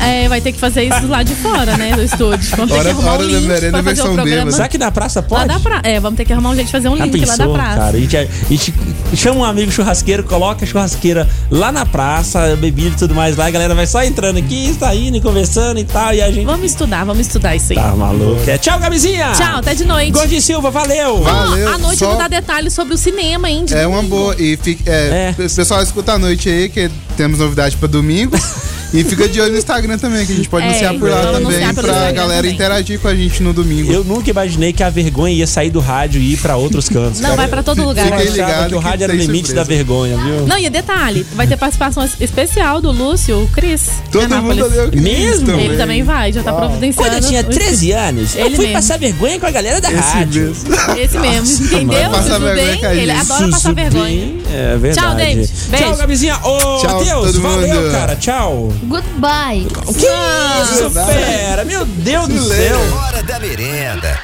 Speaker 5: É, vai ter que fazer isso lá de fora, né? Do estúdio. Vamos ter que
Speaker 6: Hora-
Speaker 5: arrumar
Speaker 6: hora
Speaker 5: um
Speaker 6: da
Speaker 5: link
Speaker 6: merenda
Speaker 5: pra fazer
Speaker 6: versão
Speaker 5: o programa.
Speaker 6: bêbada. Será que
Speaker 4: na praça
Speaker 5: Lá da pra... É, vamos ter que arrumar um jeito de fazer um
Speaker 4: Já
Speaker 5: link lá da
Speaker 4: pensou,
Speaker 5: praça.
Speaker 4: cara? A gente, é- a gente chama um amigo churrasqueiro, coloca a churrasqueira lá na praça, bebida e tudo mais lá, a galera vai só entrando aqui, saindo e conversando e tal, e a gente...
Speaker 5: Vamos estudar, vamos estudar isso aí.
Speaker 4: Tá maluco. É, tchau, Gabizinha!
Speaker 5: Tchau, até de noite.
Speaker 4: Gordinho Silva, valeu!
Speaker 5: Ó,
Speaker 6: Valeu,
Speaker 5: à noite
Speaker 6: só-
Speaker 5: eu vou dar detalhes sobre o cinema, hein? de
Speaker 6: É uma
Speaker 5: domingo.
Speaker 6: boa. E fica, é, pe- pessoal, escuta a noite aí, que temos novidade pra domingo. e fica de olho no Instagram também, que a gente pode
Speaker 5: É,
Speaker 6: anunciar por lá
Speaker 5: vamos anunciar
Speaker 6: também,
Speaker 5: pelo
Speaker 6: pra
Speaker 5: Instagram
Speaker 6: galera
Speaker 5: também.
Speaker 6: interagir com a gente no domingo.
Speaker 4: Eu nunca imaginei que a vergonha ia sair do rádio e ir pra outros cantos.
Speaker 5: Não,
Speaker 4: cara.
Speaker 5: vai pra todo lugar,
Speaker 4: Eu
Speaker 5: Fiquem
Speaker 4: achava
Speaker 5: ligados
Speaker 4: que o
Speaker 5: que
Speaker 4: rádio era o
Speaker 5: tem
Speaker 4: limite
Speaker 5: surpresa.
Speaker 4: da vergonha, viu?
Speaker 5: Não, e detalhe, vai ter participação es- especial do Lúcio, o Cris.
Speaker 4: Todo
Speaker 5: de Anápolis.
Speaker 4: mundo odeia o Cris
Speaker 5: Mesmo? Ele
Speaker 4: também.
Speaker 5: também vai, já tá
Speaker 4: Uau.
Speaker 5: providenciando.
Speaker 4: Quando eu tinha
Speaker 5: os-
Speaker 4: 13 anos, eu
Speaker 5: Ele
Speaker 4: fui
Speaker 5: mesmo.
Speaker 4: passar vergonha com a galera da rádio.
Speaker 5: Esse mesmo,
Speaker 4: Nossa,
Speaker 5: entendeu?
Speaker 4: mano. Passa
Speaker 5: Tudo
Speaker 4: vergonha
Speaker 5: bem?
Speaker 4: com a
Speaker 5: Ele
Speaker 4: gente.
Speaker 5: adora passar
Speaker 4: Tudo
Speaker 5: vergonha.
Speaker 4: bem? É verdade.
Speaker 5: Tchau, David. Beijo.
Speaker 4: Tchau, Gabizinha. Ô,
Speaker 5: Tchau,
Speaker 4: Matheus,
Speaker 5: todo
Speaker 4: valeu,
Speaker 5: mundo.
Speaker 4: cara. Tchau.
Speaker 7: Goodbye.
Speaker 5: Ah.
Speaker 4: Que isso, fera? Meu Deus do céu.
Speaker 1: Hora da merenda.